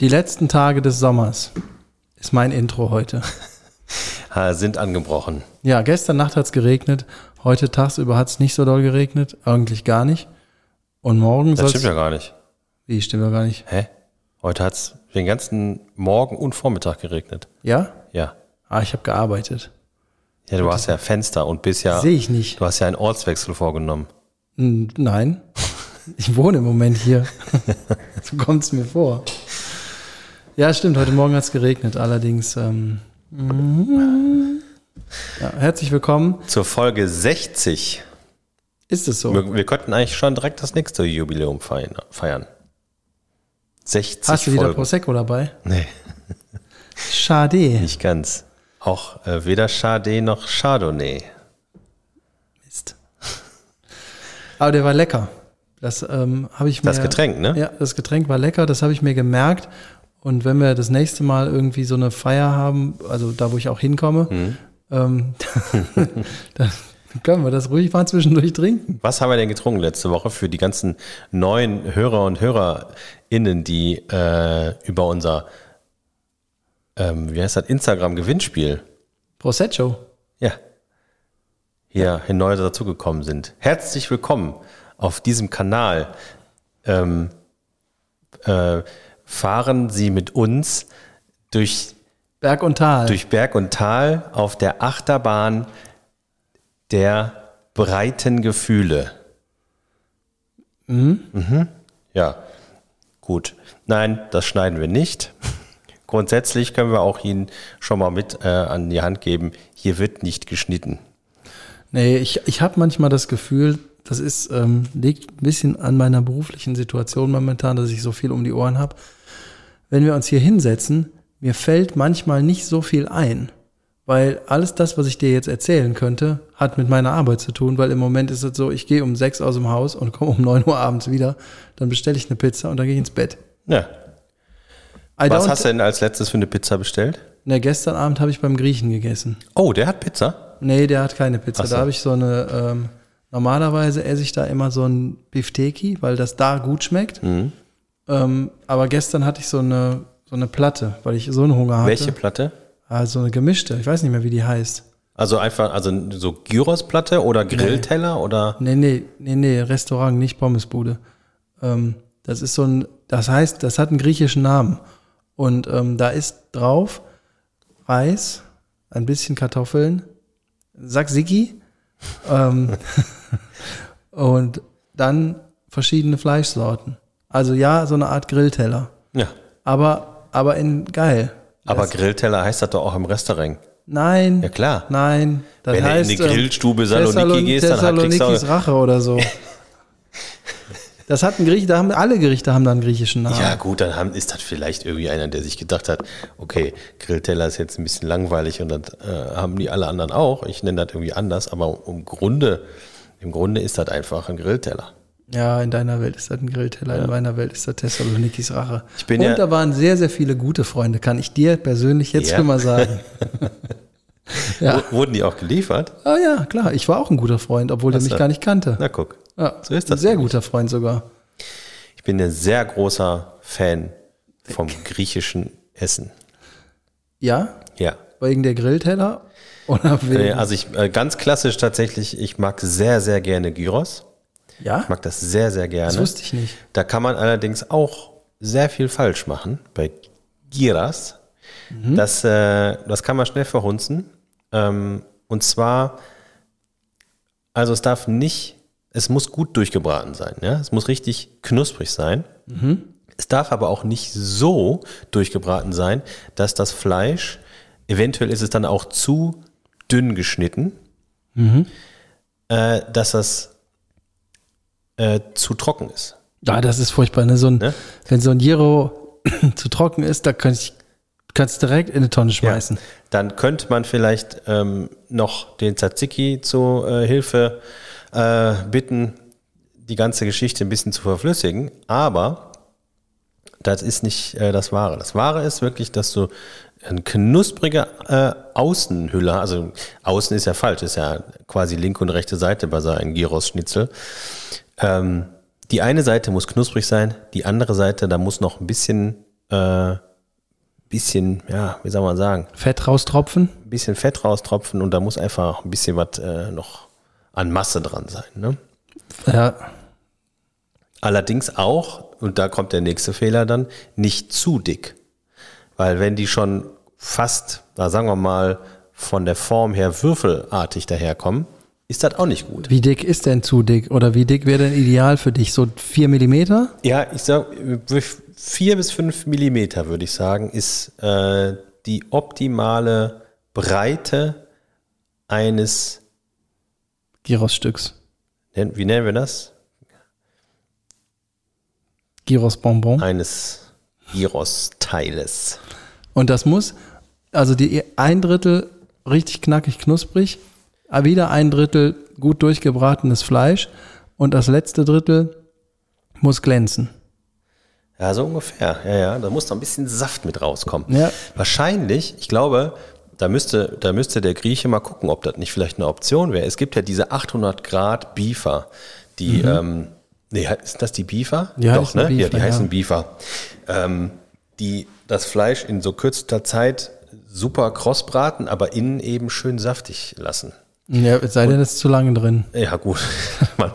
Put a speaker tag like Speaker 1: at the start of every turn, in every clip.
Speaker 1: Die letzten Tage des Sommers ist mein Intro heute.
Speaker 2: Ha, sind angebrochen.
Speaker 1: Ja, gestern Nacht hat es geregnet, heute tagsüber hat es nicht so doll geregnet, eigentlich gar nicht. Und morgen
Speaker 2: Das
Speaker 1: soll
Speaker 2: stimmt ja gar nicht.
Speaker 1: Wie, stimmt ja gar nicht.
Speaker 2: Hä? Heute hat es den ganzen Morgen und Vormittag geregnet.
Speaker 1: Ja?
Speaker 2: Ja.
Speaker 1: Ah, ich habe gearbeitet.
Speaker 2: Ja, du hast ja Fenster und bist ja.
Speaker 1: Sehe ich nicht.
Speaker 2: Du hast ja einen Ortswechsel vorgenommen.
Speaker 1: N- Nein. Ich wohne im Moment hier. so kommt es mir vor. Ja, stimmt. Heute Morgen hat es geregnet. Allerdings. Ähm, mhm. ja, herzlich willkommen.
Speaker 2: Zur Folge 60.
Speaker 1: Ist es so?
Speaker 2: Wir, wir könnten eigentlich schon direkt das nächste Jubiläum fein- feiern. 60
Speaker 1: Hast du wieder
Speaker 2: Folgen.
Speaker 1: Prosecco dabei?
Speaker 2: Nee,
Speaker 1: Schade.
Speaker 2: nicht ganz. Auch äh, weder Chardé noch Chardonnay.
Speaker 1: Mist. Aber der war lecker. Das ähm, habe ich mir.
Speaker 2: Das Getränk, ne?
Speaker 1: Ja, das Getränk war lecker. Das habe ich mir gemerkt. Und wenn wir das nächste Mal irgendwie so eine Feier haben, also da, wo ich auch hinkomme,
Speaker 2: Mhm.
Speaker 1: ähm, dann können wir das ruhig mal zwischendurch trinken.
Speaker 2: Was haben wir denn getrunken letzte Woche für die ganzen neuen Hörer und HörerInnen, die äh, über unser, ähm, wie heißt das, Instagram-Gewinnspiel,
Speaker 1: Prosecco.
Speaker 2: ja, hier in neu dazugekommen sind? Herzlich willkommen auf diesem Kanal. Ähm, äh, fahren Sie mit uns durch,
Speaker 1: Berg und Tal.
Speaker 2: durch Berg und Tal auf der Achterbahn der breiten Gefühle. Hm? Mhm. Ja, gut. Nein, das schneiden wir nicht. Grundsätzlich können wir auch Ihnen schon mal mit äh, an die Hand geben, hier wird nicht geschnitten.
Speaker 1: Nee, ich, ich habe manchmal das Gefühl, das ist, ähm, liegt ein bisschen an meiner beruflichen Situation momentan, dass ich so viel um die Ohren habe. Wenn wir uns hier hinsetzen, mir fällt manchmal nicht so viel ein. Weil alles das, was ich dir jetzt erzählen könnte, hat mit meiner Arbeit zu tun, weil im Moment ist es so, ich gehe um sechs aus dem Haus und komme um neun Uhr abends wieder, dann bestelle ich eine Pizza und dann gehe ich ins Bett.
Speaker 2: Ja.
Speaker 1: I
Speaker 2: Was
Speaker 1: don't-
Speaker 2: hast du denn als letztes für eine Pizza bestellt?
Speaker 1: Ne, gestern Abend habe ich beim Griechen gegessen.
Speaker 2: Oh, der hat Pizza.
Speaker 1: Nee, der hat keine Pizza.
Speaker 2: Ach so.
Speaker 1: Da habe ich so eine. Ähm, normalerweise esse ich da immer so ein Bifteki, weil das da gut schmeckt.
Speaker 2: Mhm.
Speaker 1: Ähm, aber gestern hatte ich so eine, so eine Platte, weil ich so einen Hunger hatte.
Speaker 2: Welche Platte?
Speaker 1: Also eine gemischte. Ich weiß nicht mehr, wie die heißt.
Speaker 2: Also einfach, also so Gyrosplatte oder Grillteller oder
Speaker 1: Nee, nee, nee, nee, Restaurant, nicht Pommesbude. Ähm, das ist so ein, das heißt, das hat einen griechischen Namen. Und ähm, da ist drauf Reis, ein bisschen Kartoffeln, Saksiki ähm, und dann verschiedene Fleischsorten. Also ja, so eine Art Grillteller.
Speaker 2: ja.
Speaker 1: Aber, aber in geil.
Speaker 2: Aber
Speaker 1: Das-
Speaker 2: Grillteller heißt das doch auch im Restaurant.
Speaker 1: Nein.
Speaker 2: Ja klar.
Speaker 1: Nein. Das
Speaker 2: Wenn du in
Speaker 1: heißt,
Speaker 2: die
Speaker 1: ähm,
Speaker 2: Grillstube Saloniki
Speaker 1: Thessalon-
Speaker 2: gehst, dann hat- kriegst du-
Speaker 1: Thessalonikis Rache oder so. Das hat ein Griech, da haben alle Gerichte haben da einen griechischen Namen.
Speaker 2: Ja, gut, dann haben, ist das vielleicht irgendwie einer, der sich gedacht hat, okay, Grillteller ist jetzt ein bisschen langweilig und das äh, haben die alle anderen auch. Ich nenne das irgendwie anders, aber im Grunde, im Grunde ist das einfach ein Grillteller.
Speaker 1: Ja, in deiner Welt ist das ein Grillteller, in meiner Welt ist das Thessalonikis Rache.
Speaker 2: Ich bin
Speaker 1: Und
Speaker 2: ja-
Speaker 1: da waren sehr, sehr viele gute Freunde, kann ich dir persönlich jetzt
Speaker 2: Ja.
Speaker 1: schon mal sagen. Ja.
Speaker 2: W- Wurden die auch geliefert?
Speaker 1: Ah ja, klar, ich war auch ein guter Freund, obwohl er
Speaker 2: Ach
Speaker 1: mich
Speaker 2: so.
Speaker 1: gar nicht kannte.
Speaker 2: Na guck,
Speaker 1: Ja,
Speaker 2: so ist das
Speaker 1: Ein sehr
Speaker 2: nämlich.
Speaker 1: guter Freund sogar.
Speaker 2: ich bin ein sehr großer Fan vom griechischen Essen.
Speaker 1: Ja,
Speaker 2: Ja.
Speaker 1: wegen der Grillteller oder wegen,
Speaker 2: Äh, Also ich äh, ganz klassisch tatsächlich, ich mag sehr, sehr gerne Gyros.
Speaker 1: ja,
Speaker 2: Ich mag das sehr, sehr gerne.
Speaker 1: das wusste ich nicht.
Speaker 2: Da kann man allerdings auch sehr viel falsch machen bei Giras. Das, äh, das kann man schnell verhunzen. Ähm, und zwar, also es darf nicht, es muss gut durchgebraten sein. Ja? Es muss richtig knusprig sein. Es darf aber auch nicht so durchgebraten sein, dass das Fleisch, eventuell ist es dann auch zu dünn geschnitten, äh, dass das äh, zu trocken ist.
Speaker 1: Ja, das ist furchtbar. Ne? So ein,
Speaker 2: Ne?
Speaker 1: Wenn so ein Giro zu trocken ist, da kann ich, kannst du direkt in eine Tonne schmeißen.
Speaker 2: Dann könnte man vielleicht ähm, noch den Tzatziki zu äh, Hilfe äh, bitten, die ganze Geschichte ein bisschen zu verflüssigen. Aber das ist nicht äh, das Wahre. Das Wahre ist wirklich, dass du eine knusprige äh, Außenhülle, also außen ist ja falsch, ist ja quasi linke und rechte Seite bei so einem Gyros-Schnitzel. Ähm, die eine Seite muss knusprig sein, die andere Seite, da muss noch ein bisschen äh, äh, bisschen, ja, wie soll man sagen,
Speaker 1: Fett raustropfen.
Speaker 2: ein bisschen Fett raustropfen und da muss einfach ein bisschen was äh, noch an Masse dran sein. Ne?
Speaker 1: Ja,
Speaker 2: Allerdings auch, und da kommt der nächste Fehler dann, nicht zu dick. Weil wenn die schon fast, na, sagen wir mal, von der Form her würfelartig daherkommen, ist das auch nicht gut.
Speaker 1: wie dick ist denn zu dick? Oder wie dick wäre denn ideal für dich? So 4 Millimeter?
Speaker 2: Ja, ich sag, äh, vier bis fünf Millimeter, würde ich sagen, ist äh, die optimale Breite eines,
Speaker 1: Gyros-Stücks.
Speaker 2: nen- wie nennen wir das?
Speaker 1: Gyros-Bonbon.
Speaker 2: Eines Gyros-Teiles.
Speaker 1: Und das muss, also die ein Drittel richtig knackig knusprig, aber wieder ein Drittel gut durchgebratenes Fleisch und das letzte Drittel muss glänzen.
Speaker 2: Ja, so ungefähr. Ja, ja. Da muss noch ein bisschen Saft mit rauskommen.
Speaker 1: Ja.
Speaker 2: Wahrscheinlich, ich glaube, da müsste, da müsste der Grieche mal gucken, ob das nicht vielleicht eine Option wäre. Es gibt ja diese 800 Grad Biefer, die, ähm, nee, ist das die Biefer?
Speaker 1: Ja,
Speaker 2: Doch,
Speaker 1: ist eine
Speaker 2: ne? ja,
Speaker 1: Mhm. Biefer,
Speaker 2: die
Speaker 1: ja.
Speaker 2: heißen Biefer. Ähm, die das Fleisch in so kürzester Zeit super kross braten, aber innen eben schön saftig lassen.
Speaker 1: Ja, es sei denn, es ist zu lange drin.
Speaker 2: Ja, gut. Man,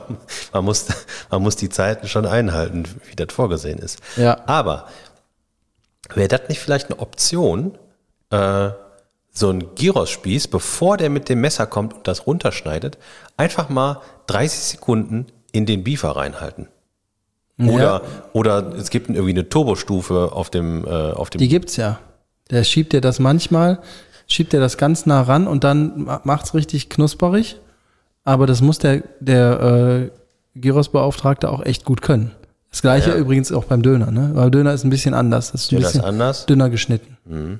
Speaker 2: man, muss, man muss die Zeiten schon einhalten, wie das vorgesehen ist.
Speaker 1: Ja.
Speaker 2: Aber wäre das nicht vielleicht eine Option, äh, so ein Gyros-Spieß, bevor der mit dem Messer kommt und das runterschneidet, einfach mal 30 Sekunden in den Biefer reinhalten? Oder, oder es gibt irgendwie eine Turbostufe auf dem, äh, auf dem
Speaker 1: Die gibt's ja. Der schiebt dir das manchmal, schiebt dir das ganz nah ran und dann ma- macht's richtig knusperig. Aber das muss der, der äh, Gyros-Beauftragte auch echt gut können. Das gleiche
Speaker 2: Ja.
Speaker 1: übrigens auch beim Döner, ne? Weil Döner ist ein bisschen anders. Das ist ein
Speaker 2: Döner ist
Speaker 1: bisschen
Speaker 2: anders.
Speaker 1: dünner geschnitten.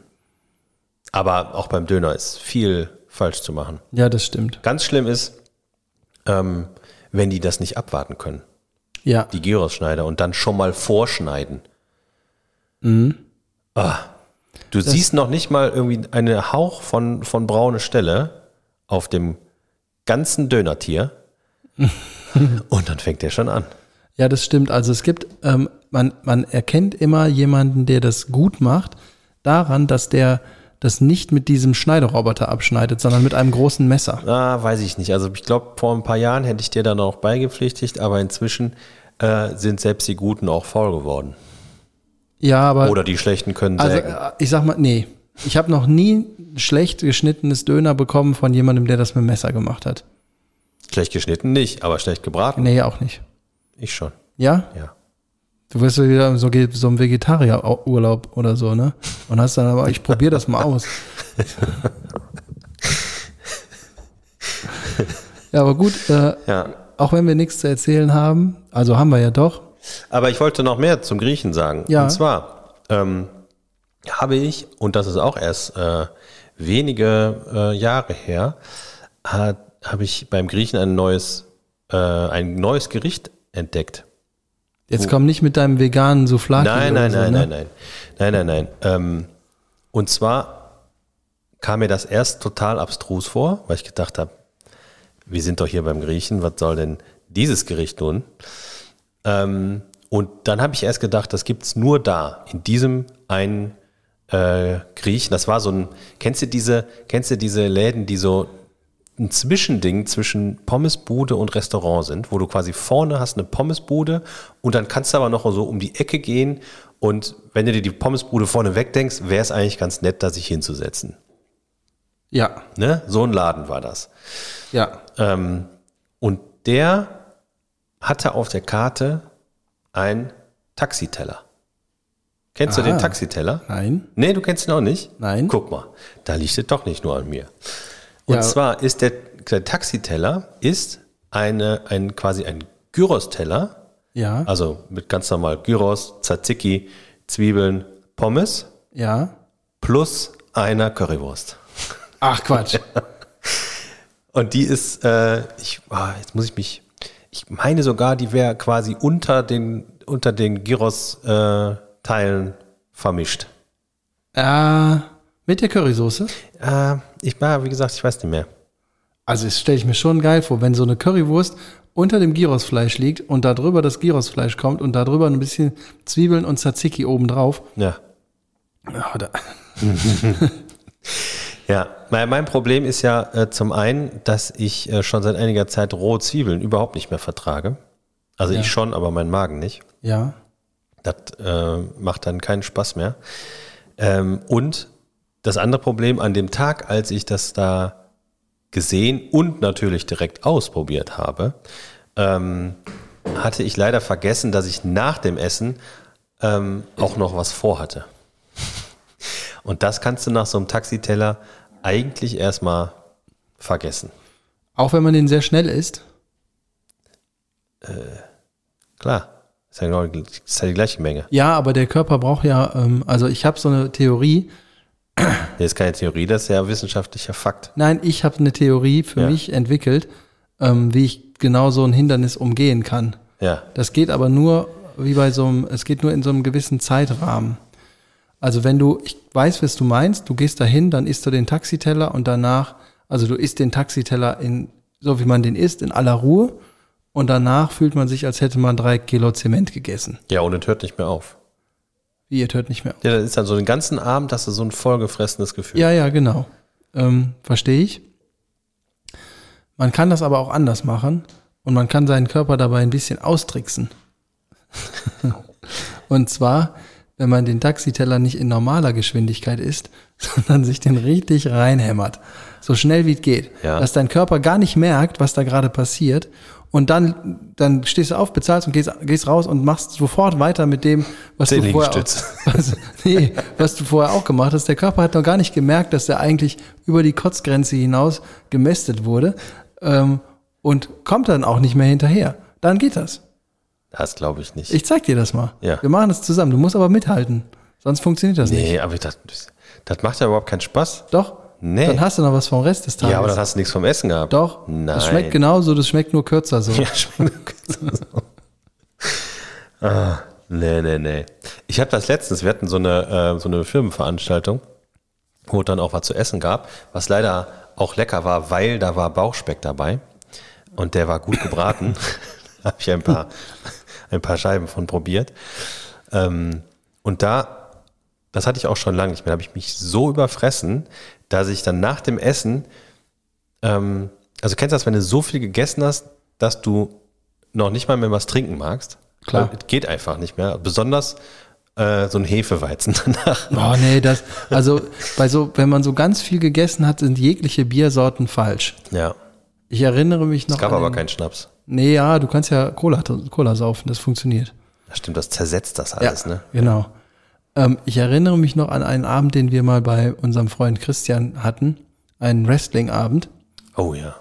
Speaker 2: Aber auch beim Döner ist viel falsch zu machen.
Speaker 1: Ja, das stimmt.
Speaker 2: Ganz schlimm ist, ähm, wenn die das nicht abwarten können.
Speaker 1: Ja.
Speaker 2: die Gyros-Schneider und dann schon mal vorschneiden. Ah, du siehst noch nicht mal irgendwie einen Hauch von, von braune Stelle auf dem ganzen Dönertier. und dann fängt der schon an.
Speaker 1: Ja, das stimmt. Also es gibt, ähm, man, man erkennt immer jemanden, der das gut macht, daran, dass der das nicht mit diesem Schneideroboter abschneidet, sondern mit einem großen Messer.
Speaker 2: Ah, weiß ich nicht. Also ich glaube, vor ein paar Jahren hätte ich dir da noch beigepflichtigt, aber inzwischen äh, sind selbst die Guten auch faul geworden.
Speaker 1: Ja, aber
Speaker 2: Oder die Schlechten können
Speaker 1: Äh, also,
Speaker 2: sägen.
Speaker 1: äh, ich sag mal, nee. Ich habe noch nie schlecht geschnittenes Döner bekommen von jemandem, der das mit dem Messer gemacht hat.
Speaker 2: Schlecht geschnitten nicht, aber schlecht gebraten.
Speaker 1: Nee, auch nicht.
Speaker 2: Ich schon,
Speaker 1: Ja?
Speaker 2: ja.
Speaker 1: Du wirst wieder so, ge- so einem Vegetarierurlaub oder so, ne? Und hast dann aber, ich probier das mal aus. ja, aber gut, äh,
Speaker 2: Ja,
Speaker 1: auch wenn wir nichts zu erzählen haben, also haben wir ja doch.
Speaker 2: Aber ich wollte noch mehr zum Griechen sagen.
Speaker 1: Ja.
Speaker 2: Und zwar ähm, habe ich, und das ist auch erst äh, wenige äh, Jahre her, hat- habe ich beim Griechen ein neues, äh, ein neues Gericht entdeckt.
Speaker 1: Jetzt komm nicht mit deinem veganen Souflaki.
Speaker 2: Oh. Nein,
Speaker 1: oder
Speaker 2: nein,
Speaker 1: so,
Speaker 2: nein,
Speaker 1: ne?
Speaker 2: nein, nein, nein, nein, nein. Ähm, und zwar kam mir das erst total abstrus vor, weil ich gedacht habe, wir sind doch hier beim Griechen, was soll denn dieses Gericht nun? Ähm, und dann habe ich erst gedacht, das gibt's nur da, in diesem einen äh, Griechen. Das war so ein, kennst du diese, kennst du diese Läden, die so ein Zwischending zwischen Pommesbude und Restaurant sind, wo du quasi vorne hast eine Pommesbude und dann kannst du aber noch so um die Ecke gehen und wenn du dir die Pommesbude vorne wegdenkst, wäre es eigentlich ganz nett, da sich hinzusetzen.
Speaker 1: Ja,
Speaker 2: Ne? So ein Laden war das.
Speaker 1: ja.
Speaker 2: Ähm, und der hatte auf der Karte ein Taxiteller. Kennst du
Speaker 1: Aha.
Speaker 2: den Taxiteller?
Speaker 1: Nein.
Speaker 2: Nee, du kennst ihn auch nicht?
Speaker 1: Nein.
Speaker 2: Guck mal, da liegt es doch nicht nur an mir. Und
Speaker 1: Ja.
Speaker 2: zwar ist der, der Taxiteller ist eine, ein, quasi ein Gyros-Teller,
Speaker 1: Ja,
Speaker 2: also mit ganz normal Gyros, Tzatziki, Zwiebeln, Pommes
Speaker 1: ja.
Speaker 2: plus einer Currywurst.
Speaker 1: Ach Quatsch.
Speaker 2: Und die ist, äh, ich, ah, jetzt muss ich mich, ich meine sogar, die wäre quasi unter den, unter den Gyros-Teilen vermischt.
Speaker 1: äh, mit der Currysoße.
Speaker 2: Äh, ich war, wie gesagt, ich weiß nicht mehr.
Speaker 1: Also das stelle ich mir schon geil vor, wenn so eine Currywurst unter dem Gyrosfleisch liegt und darüber das Gyrosfleisch kommt und darüber ein bisschen Zwiebeln und Tzatziki obendrauf.
Speaker 2: Ja.
Speaker 1: Ja, da,
Speaker 2: Ja, mein, mein Problem ist ja äh, zum einen, dass ich äh, schon seit einiger Zeit rohe Zwiebeln überhaupt nicht mehr vertrage. Also ich schon, aber mein Magen nicht.
Speaker 1: ja.
Speaker 2: Das äh, macht dann keinen Spaß mehr. Ähm, und das andere Problem an dem Tag, als ich das da gesehen und natürlich direkt ausprobiert habe, ähm, hatte ich leider vergessen, dass ich nach dem Essen ähm, auch noch was vorhatte. Und das kannst du nach so einem Taxiteller eigentlich erstmal vergessen.
Speaker 1: Auch wenn man den sehr schnell isst.
Speaker 2: Klar, ist ja, genau, ist ja die gleiche Menge.
Speaker 1: Ja, aber der Körper braucht ja, ähm, also ich habe so eine Theorie.
Speaker 2: Das ist keine Theorie, das ist ja wissenschaftlicher Fakt.
Speaker 1: Nein, ich habe eine Theorie für
Speaker 2: Ja.
Speaker 1: mich entwickelt, ähm, wie ich genau so ein Hindernis umgehen kann.
Speaker 2: Ja,
Speaker 1: Das geht aber nur wie bei so einem, es geht nur in so einem gewissen Zeitrahmen. Also wenn du, ich weiß, was du meinst, du gehst dahin, dann isst du den Taxiteller und danach, also du isst den Taxiteller in, so wie man den isst, in aller Ruhe und danach fühlt man sich, als hätte man drei Kilo Zement gegessen.
Speaker 2: ja und es hört nicht mehr auf.
Speaker 1: Wie, ihr hört nicht mehr auf.
Speaker 2: Ja, das ist dann so den ganzen Abend hast du so ein vollgefressenes Gefühl.
Speaker 1: Ja, ja, genau. Ähm, Verstehe ich. Man kann das aber auch anders machen und man kann seinen Körper dabei ein bisschen austricksen. und zwar, wenn man den Taxiteller nicht in normaler Geschwindigkeit isst, sondern sich den richtig reinhämmert. So schnell wie es geht.
Speaker 2: Ja.
Speaker 1: Dass dein Körper gar nicht merkt, was da gerade passiert. Und dann, dann stehst du auf, bezahlst und gehst, gehst raus und machst sofort weiter mit dem, was du
Speaker 2: Zehn
Speaker 1: vorher
Speaker 2: Liegestütze.
Speaker 1: was, Also, nee, was du vorher auch gemacht hast. Der Körper hat noch gar nicht gemerkt, dass er eigentlich über die Kotzgrenze hinaus gemästet wurde ähm, und kommt dann auch nicht mehr hinterher. Dann geht das.
Speaker 2: Das glaube ich nicht.
Speaker 1: Ich zeig dir das mal.
Speaker 2: Ja.
Speaker 1: Wir machen das zusammen. Du musst aber mithalten. Sonst funktioniert das nicht.
Speaker 2: nee, aber ich dachte, das, das macht ja überhaupt keinen Spaß.
Speaker 1: Doch?
Speaker 2: Nee.
Speaker 1: Dann hast du noch was vom Rest des Tages.
Speaker 2: Ja, aber dann hast du nichts vom Essen gehabt.
Speaker 1: Doch.
Speaker 2: Nein.
Speaker 1: Das schmeckt genauso, das schmeckt nur kürzer so.
Speaker 2: Ja, schmeckt so. ah, nee, nee, nee. Ich habe das letztens, wir hatten so eine, äh, so eine Firmenveranstaltung, wo es dann auch was zu essen gab, was leider auch lecker war, weil da war Bauchspeck dabei und der war gut gebraten. habe ich ein paar, ein paar Scheiben von probiert. Ähm, und da, das hatte ich auch schon lange nicht mehr, da habe ich mich so überfressen, dass ich dann nach dem Essen ähm, also kennst du das, wenn du so viel gegessen hast, dass du noch nicht mal mehr was trinken magst?
Speaker 1: Klar.
Speaker 2: Also, Es geht einfach nicht mehr. Besonders äh, so ein Hefeweizen danach.
Speaker 1: Oh nee, das, also bei so, wenn man so ganz viel gegessen hat, sind jegliche Biersorten falsch.
Speaker 2: Ja,
Speaker 1: Ich erinnere mich noch.
Speaker 2: es gab
Speaker 1: an
Speaker 2: aber
Speaker 1: den-
Speaker 2: keinen Schnaps.
Speaker 1: Nee, ja, du kannst ja Cola, Cola saufen, das funktioniert.
Speaker 2: Das stimmt, das zersetzt das alles, ne?
Speaker 1: Genau. Ähm, ich erinnere mich noch an einen Abend, den wir mal bei unserem Freund Christian hatten, einen Wrestling-Abend.
Speaker 2: Oh ja.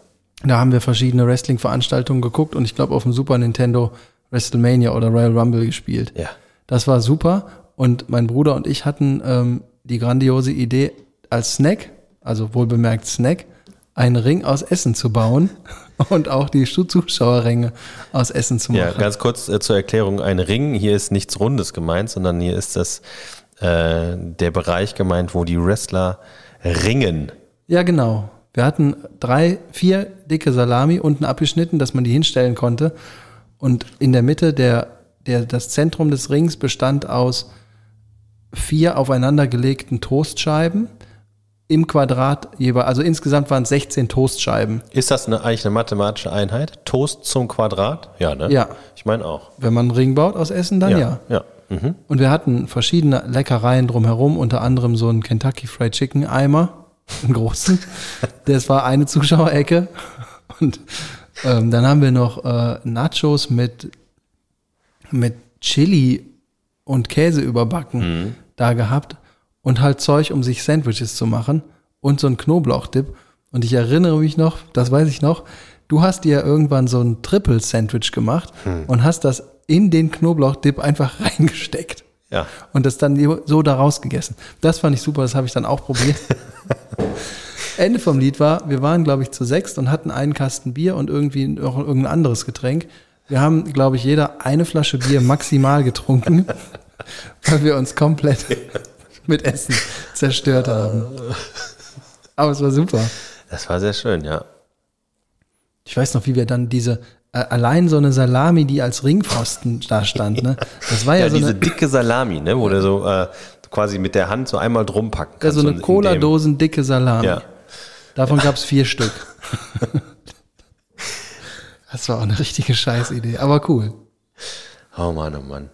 Speaker 1: Da haben wir verschiedene Wrestling-Veranstaltungen geguckt und ich glaube auf dem Super Nintendo WrestleMania oder Royal Rumble gespielt.
Speaker 2: Ja.
Speaker 1: Das war super und mein Bruder und ich hatten ähm, die grandiose Idee, als Snack, also wohlbemerkt Snack, einen Ring aus Essen zu bauen und auch die Schu- Zuschauerränge aus Essen zu machen.
Speaker 2: Ja, ganz kurz äh, zur Erklärung: Ein Ring, hier ist nichts Rundes gemeint, sondern hier ist das äh, der Bereich gemeint, wo die Wrestler ringen.
Speaker 1: Ja, genau. Wir hatten drei, vier dicke Salami unten abgeschnitten, dass man die hinstellen konnte. Und in der Mitte, der, der, das Zentrum des Rings bestand aus vier aufeinandergelegten Toastscheiben im Quadrat jeweils. Also insgesamt waren es 16 Toastscheiben.
Speaker 2: Ist das eine, eigentlich eine mathematische Einheit? Toast zum Quadrat? Ja, ne?
Speaker 1: Ja.
Speaker 2: Ich meine auch.
Speaker 1: Wenn man einen Ring baut aus Essen, dann ja.
Speaker 2: Ja. ja. Mhm.
Speaker 1: Und wir hatten verschiedene Leckereien drumherum, unter anderem so einen Kentucky Fried Chicken Eimer, einen großen. Das war eine Zuschauerecke. Und ähm, dann haben wir noch äh, Nachos mit, mit Chili und Käse überbacken da gehabt und halt Zeug, um sich Sandwiches zu machen und so ein Knoblauchdip. Und ich erinnere mich noch, das weiß ich noch, du hast dir irgendwann so ein Triple Sandwich gemacht und hast das in den Knoblauchdip einfach reingesteckt
Speaker 2: Ja.
Speaker 1: und das dann so daraus gegessen. Das fand ich super, das habe ich dann auch probiert. Ende vom Lied war, wir waren, glaube ich, zu sechst und hatten einen Kasten Bier und irgendwie noch irgendein anderes Getränk. Wir haben, glaube ich, jeder eine Flasche Bier maximal getrunken, weil wir uns komplett mit Essen zerstört haben. Aber es war super.
Speaker 2: Das war sehr schön, ja.
Speaker 1: Ich weiß noch, wie wir dann diese, äh, allein so eine Salami, die als Ringpfosten da stand, ne? Das war ja,
Speaker 2: Ja,
Speaker 1: so
Speaker 2: diese
Speaker 1: eine,
Speaker 2: dicke Salami, ne, wo du so, äh, quasi mit der Hand so einmal drum packen kannst.
Speaker 1: Also eine
Speaker 2: und in
Speaker 1: Cola-Dosen dicke Salami.
Speaker 2: dem- Ja.
Speaker 1: Davon gab es vier Stück. das war auch eine richtige Scheißidee, aber cool.
Speaker 2: Oh Mann, oh Mann.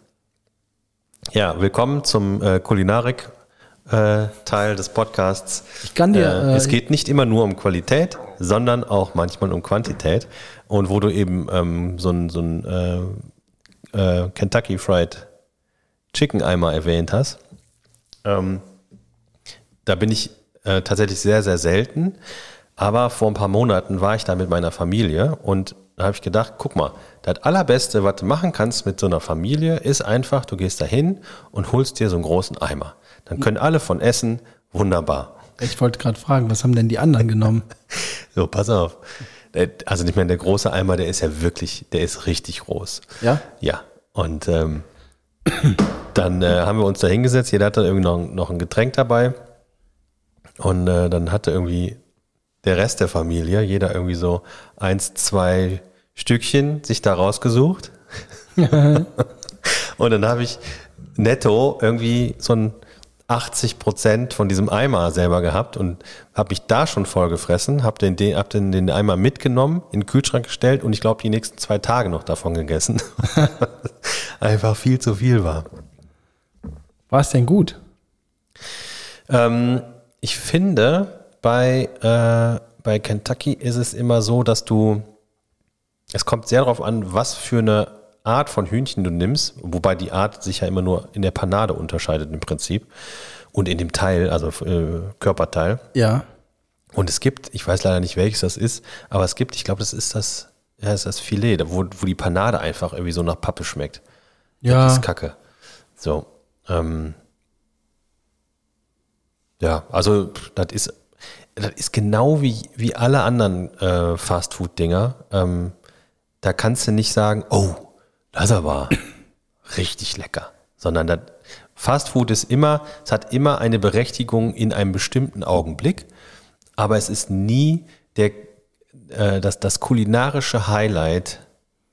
Speaker 2: Ja, willkommen zum äh, Kulinarik-Teil äh, des Podcasts.
Speaker 1: Ich kann dir,
Speaker 2: äh,
Speaker 1: äh,
Speaker 2: es geht nicht immer nur um Qualität, sondern auch manchmal um Quantität. Und wo du eben ähm, so ein, so ein äh, äh, Kentucky Fried Chicken Eimer erwähnt hast, ähm, da bin ich äh, tatsächlich sehr, sehr selten. Aber vor ein paar Monaten war ich da mit meiner Familie und da habe ich gedacht, guck mal, das Allerbeste, was du machen kannst mit so einer Familie, ist einfach, du gehst da hin und holst dir so einen großen Eimer. Dann können alle von essen, wunderbar.
Speaker 1: Ich wollte gerade fragen, was haben denn die anderen genommen?
Speaker 2: So, pass auf. Der- Also ich meine, der große Eimer, der ist ja wirklich, der ist richtig groß.
Speaker 1: Ja?
Speaker 2: Ja. Und ähm, dann äh, haben wir uns da hingesetzt. Jeder hatte irgendwie noch, noch ein Getränk dabei. Und äh, dann hatte irgendwie der Rest der Familie, jeder irgendwie so eins, zwei Stückchen sich da rausgesucht. Und dann habe ich netto irgendwie so ein 80 Prozent von diesem Eimer selber gehabt und habe mich da schon vollgefressen, habe den, den, hab den, den Eimer mitgenommen, in den Kühlschrank gestellt und ich glaube, die nächsten zwei Tage noch davon gegessen. Einfach viel zu viel war.
Speaker 1: War es denn gut?
Speaker 2: Ähm, ich finde, bei, äh, bei Kentucky ist es immer so, dass du, es kommt sehr darauf an, was für eine Art von Hühnchen du nimmst, wobei die Art sich ja immer nur in der Panade unterscheidet im Prinzip und in dem Teil, also äh, Körperteil.
Speaker 1: Ja.
Speaker 2: Und es gibt, ich weiß leider nicht, welches das ist, aber es gibt, ich glaube, das ist das, ja, das ist das Filet, da- wo, wo die Panade einfach irgendwie so nach Pappe schmeckt. Das
Speaker 1: Ja.
Speaker 2: ist kacke. So. Ähm, ja, also pff, das ist, das ist genau wie, wie alle anderen äh, Fastfood-Dinger. Ähm, da kannst du nicht sagen, oh, das aber richtig lecker. Sondern das Fastfood ist immer, es hat immer eine Berechtigung in einem bestimmten Augenblick, aber es ist nie der, äh, das, das kulinarische Highlight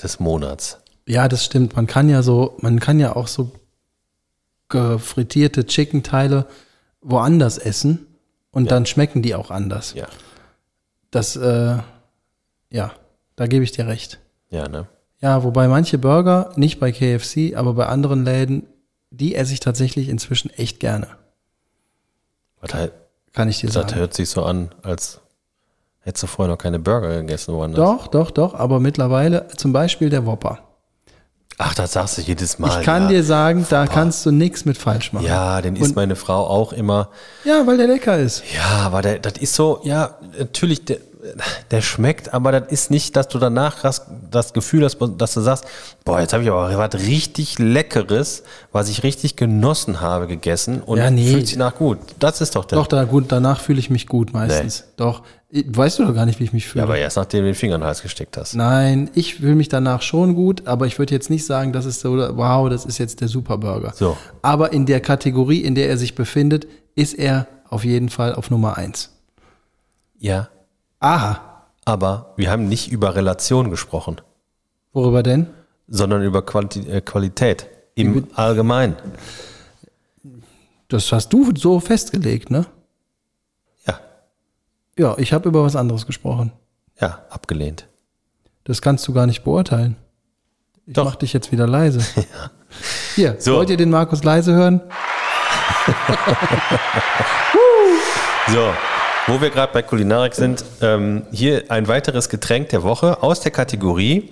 Speaker 2: des Monats.
Speaker 1: Ja, das stimmt. Man kann ja so, man kann ja auch so ge- frittierte Chicken-Teile woanders essen und dann schmecken die auch anders.
Speaker 2: Ja.
Speaker 1: Das, äh, ja, da gebe ich dir recht.
Speaker 2: Ja, ne?
Speaker 1: Ja, wobei manche Burger, nicht bei KFC, aber bei anderen Läden, die esse ich tatsächlich inzwischen echt gerne.
Speaker 2: Was halt,
Speaker 1: Kann ich dir
Speaker 2: Das
Speaker 1: sagen.
Speaker 2: hört sich so an, als hättest du vorher noch keine Burger gegessen woanders.
Speaker 1: Doch, doch, doch, aber mittlerweile zum Beispiel der Whopper.
Speaker 2: Ach, das sagst du jedes Mal.
Speaker 1: Ich kann
Speaker 2: ja.
Speaker 1: dir sagen, da kannst du nichts mit falsch machen.
Speaker 2: Ja, den isst meine Frau auch immer.
Speaker 1: ja, weil der lecker ist.
Speaker 2: Ja, aber der, das ist so, ja, natürlich, der, der schmeckt, aber das ist nicht, dass du danach das, das Gefühl hast, dass du sagst, boah, jetzt habe ich aber was richtig Leckeres, was ich richtig genossen habe, gegessen und
Speaker 1: Ja, nee.
Speaker 2: fühlt sich nach gut. Das ist doch der.
Speaker 1: Doch, da, gut, danach fühle ich mich gut meistens. Doch. Ich- Weißt du doch gar nicht, wie ich mich
Speaker 2: Ja,
Speaker 1: fühle.
Speaker 2: aber erst nachdem du den Finger in den Hals gesteckt hast.
Speaker 1: Nein, ich fühle mich danach schon gut, aber ich würde jetzt nicht sagen, das ist so, wow, das ist jetzt der Superburger.
Speaker 2: So.
Speaker 1: Aber in der Kategorie, in der er sich befindet, ist er auf jeden Fall auf Nummer eins.
Speaker 2: Ja,
Speaker 1: Aha.
Speaker 2: aber wir haben nicht über Relation gesprochen.
Speaker 1: Worüber denn?
Speaker 2: sondern über Quanti äh, Qualität im Allgemeinen.
Speaker 1: Das hast du so festgelegt, ne?
Speaker 2: Ja,
Speaker 1: Ja, ich habe über was anderes gesprochen.
Speaker 2: ja, abgelehnt.
Speaker 1: Das kannst du gar nicht beurteilen. Ich
Speaker 2: Doch.
Speaker 1: mach dich jetzt wieder leise. Hier,
Speaker 2: So.
Speaker 1: wollt ihr den Markus leise hören?
Speaker 2: So, wo wir gerade bei Kulinarik sind, ähm, hier ein weiteres Getränk der Woche aus der Kategorie.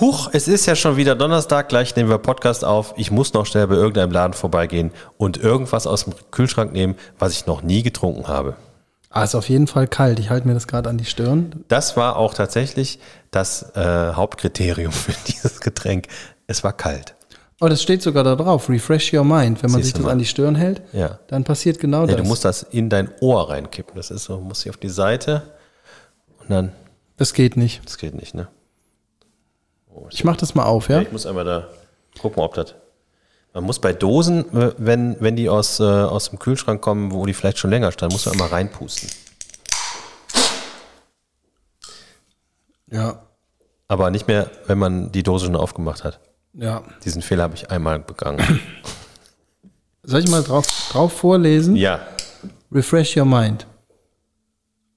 Speaker 2: Huch, es ist ja schon wieder Donnerstag, gleich nehmen wir Podcast auf. Ich muss noch schnell bei irgendeinem Laden vorbeigehen und irgendwas aus dem Kühlschrank nehmen, was ich noch nie getrunken habe.
Speaker 1: Ah, ist auf jeden Fall kalt. Ich halte mir das gerade an die Stirn.
Speaker 2: Das war auch tatsächlich das äh, Hauptkriterium für dieses Getränk. Es war kalt.
Speaker 1: Oh, das steht sogar da drauf. Refresh your mind. Wenn man sich
Speaker 2: Siehst du
Speaker 1: das
Speaker 2: mal.
Speaker 1: an die Stirn hält,
Speaker 2: Ja.
Speaker 1: dann passiert genau
Speaker 2: Ja,
Speaker 1: das.
Speaker 2: du musst das in dein Ohr reinkippen. Das ist so, musst dich auf die Seite und dann,
Speaker 1: das geht nicht.
Speaker 2: das geht nicht, ne?
Speaker 1: Ich mach das mal auf, ja?
Speaker 2: Ich muss einmal da gucken, ob das. Man muss bei Dosen, äh, wenn, wenn die aus, äh, aus dem Kühlschrank kommen, wo die vielleicht schon länger standen, musst du einmal reinpusten.
Speaker 1: Ja.
Speaker 2: Aber nicht mehr, wenn man die Dose schon aufgemacht hat.
Speaker 1: Ja.
Speaker 2: Diesen Fehler habe ich einmal begangen.
Speaker 1: Soll ich mal drauf, drauf vorlesen?
Speaker 2: Ja,
Speaker 1: Refresh your mind.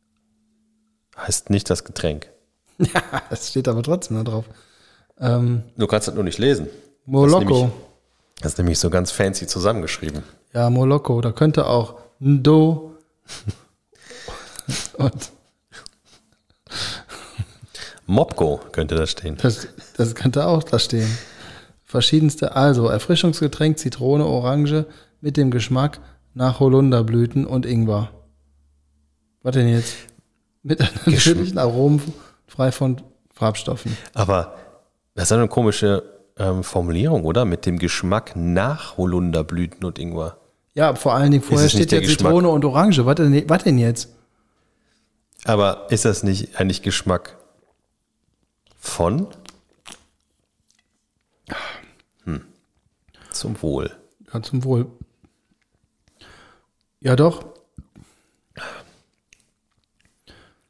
Speaker 2: heißt nicht das Getränk.
Speaker 1: Ja, das steht aber trotzdem da drauf. Ähm,
Speaker 2: Du kannst das nur nicht lesen.
Speaker 1: Moloko.
Speaker 2: nämlich- Das ist nämlich so ganz fancy zusammengeschrieben.
Speaker 1: Ja, Moloko. Da könnte auch Ndo und
Speaker 2: Mobco könnte da stehen.
Speaker 1: Das, das könnte auch da stehen. Verschiedenste, also Erfrischungsgetränk, Zitrone, Orange mit dem Geschmack nach Holunderblüten und Ingwer. Was denn jetzt? Mit einem natürlichen Aromen frei von Farbstoffen.
Speaker 2: Aber das ist ja eine komische ähm, Formulierung, oder? Mit dem Geschmack nach Holunderblüten und Ingwer.
Speaker 1: Ja, vor allen Dingen vorher
Speaker 2: es nicht
Speaker 1: steht
Speaker 2: der
Speaker 1: ja
Speaker 2: Geschmack?
Speaker 1: Zitrone und Orange. Was denn, was denn jetzt?
Speaker 2: Aber ist das nicht eigentlich Geschmack von? Hm. Zum Wohl.
Speaker 1: Ja, zum Wohl. Ja, doch.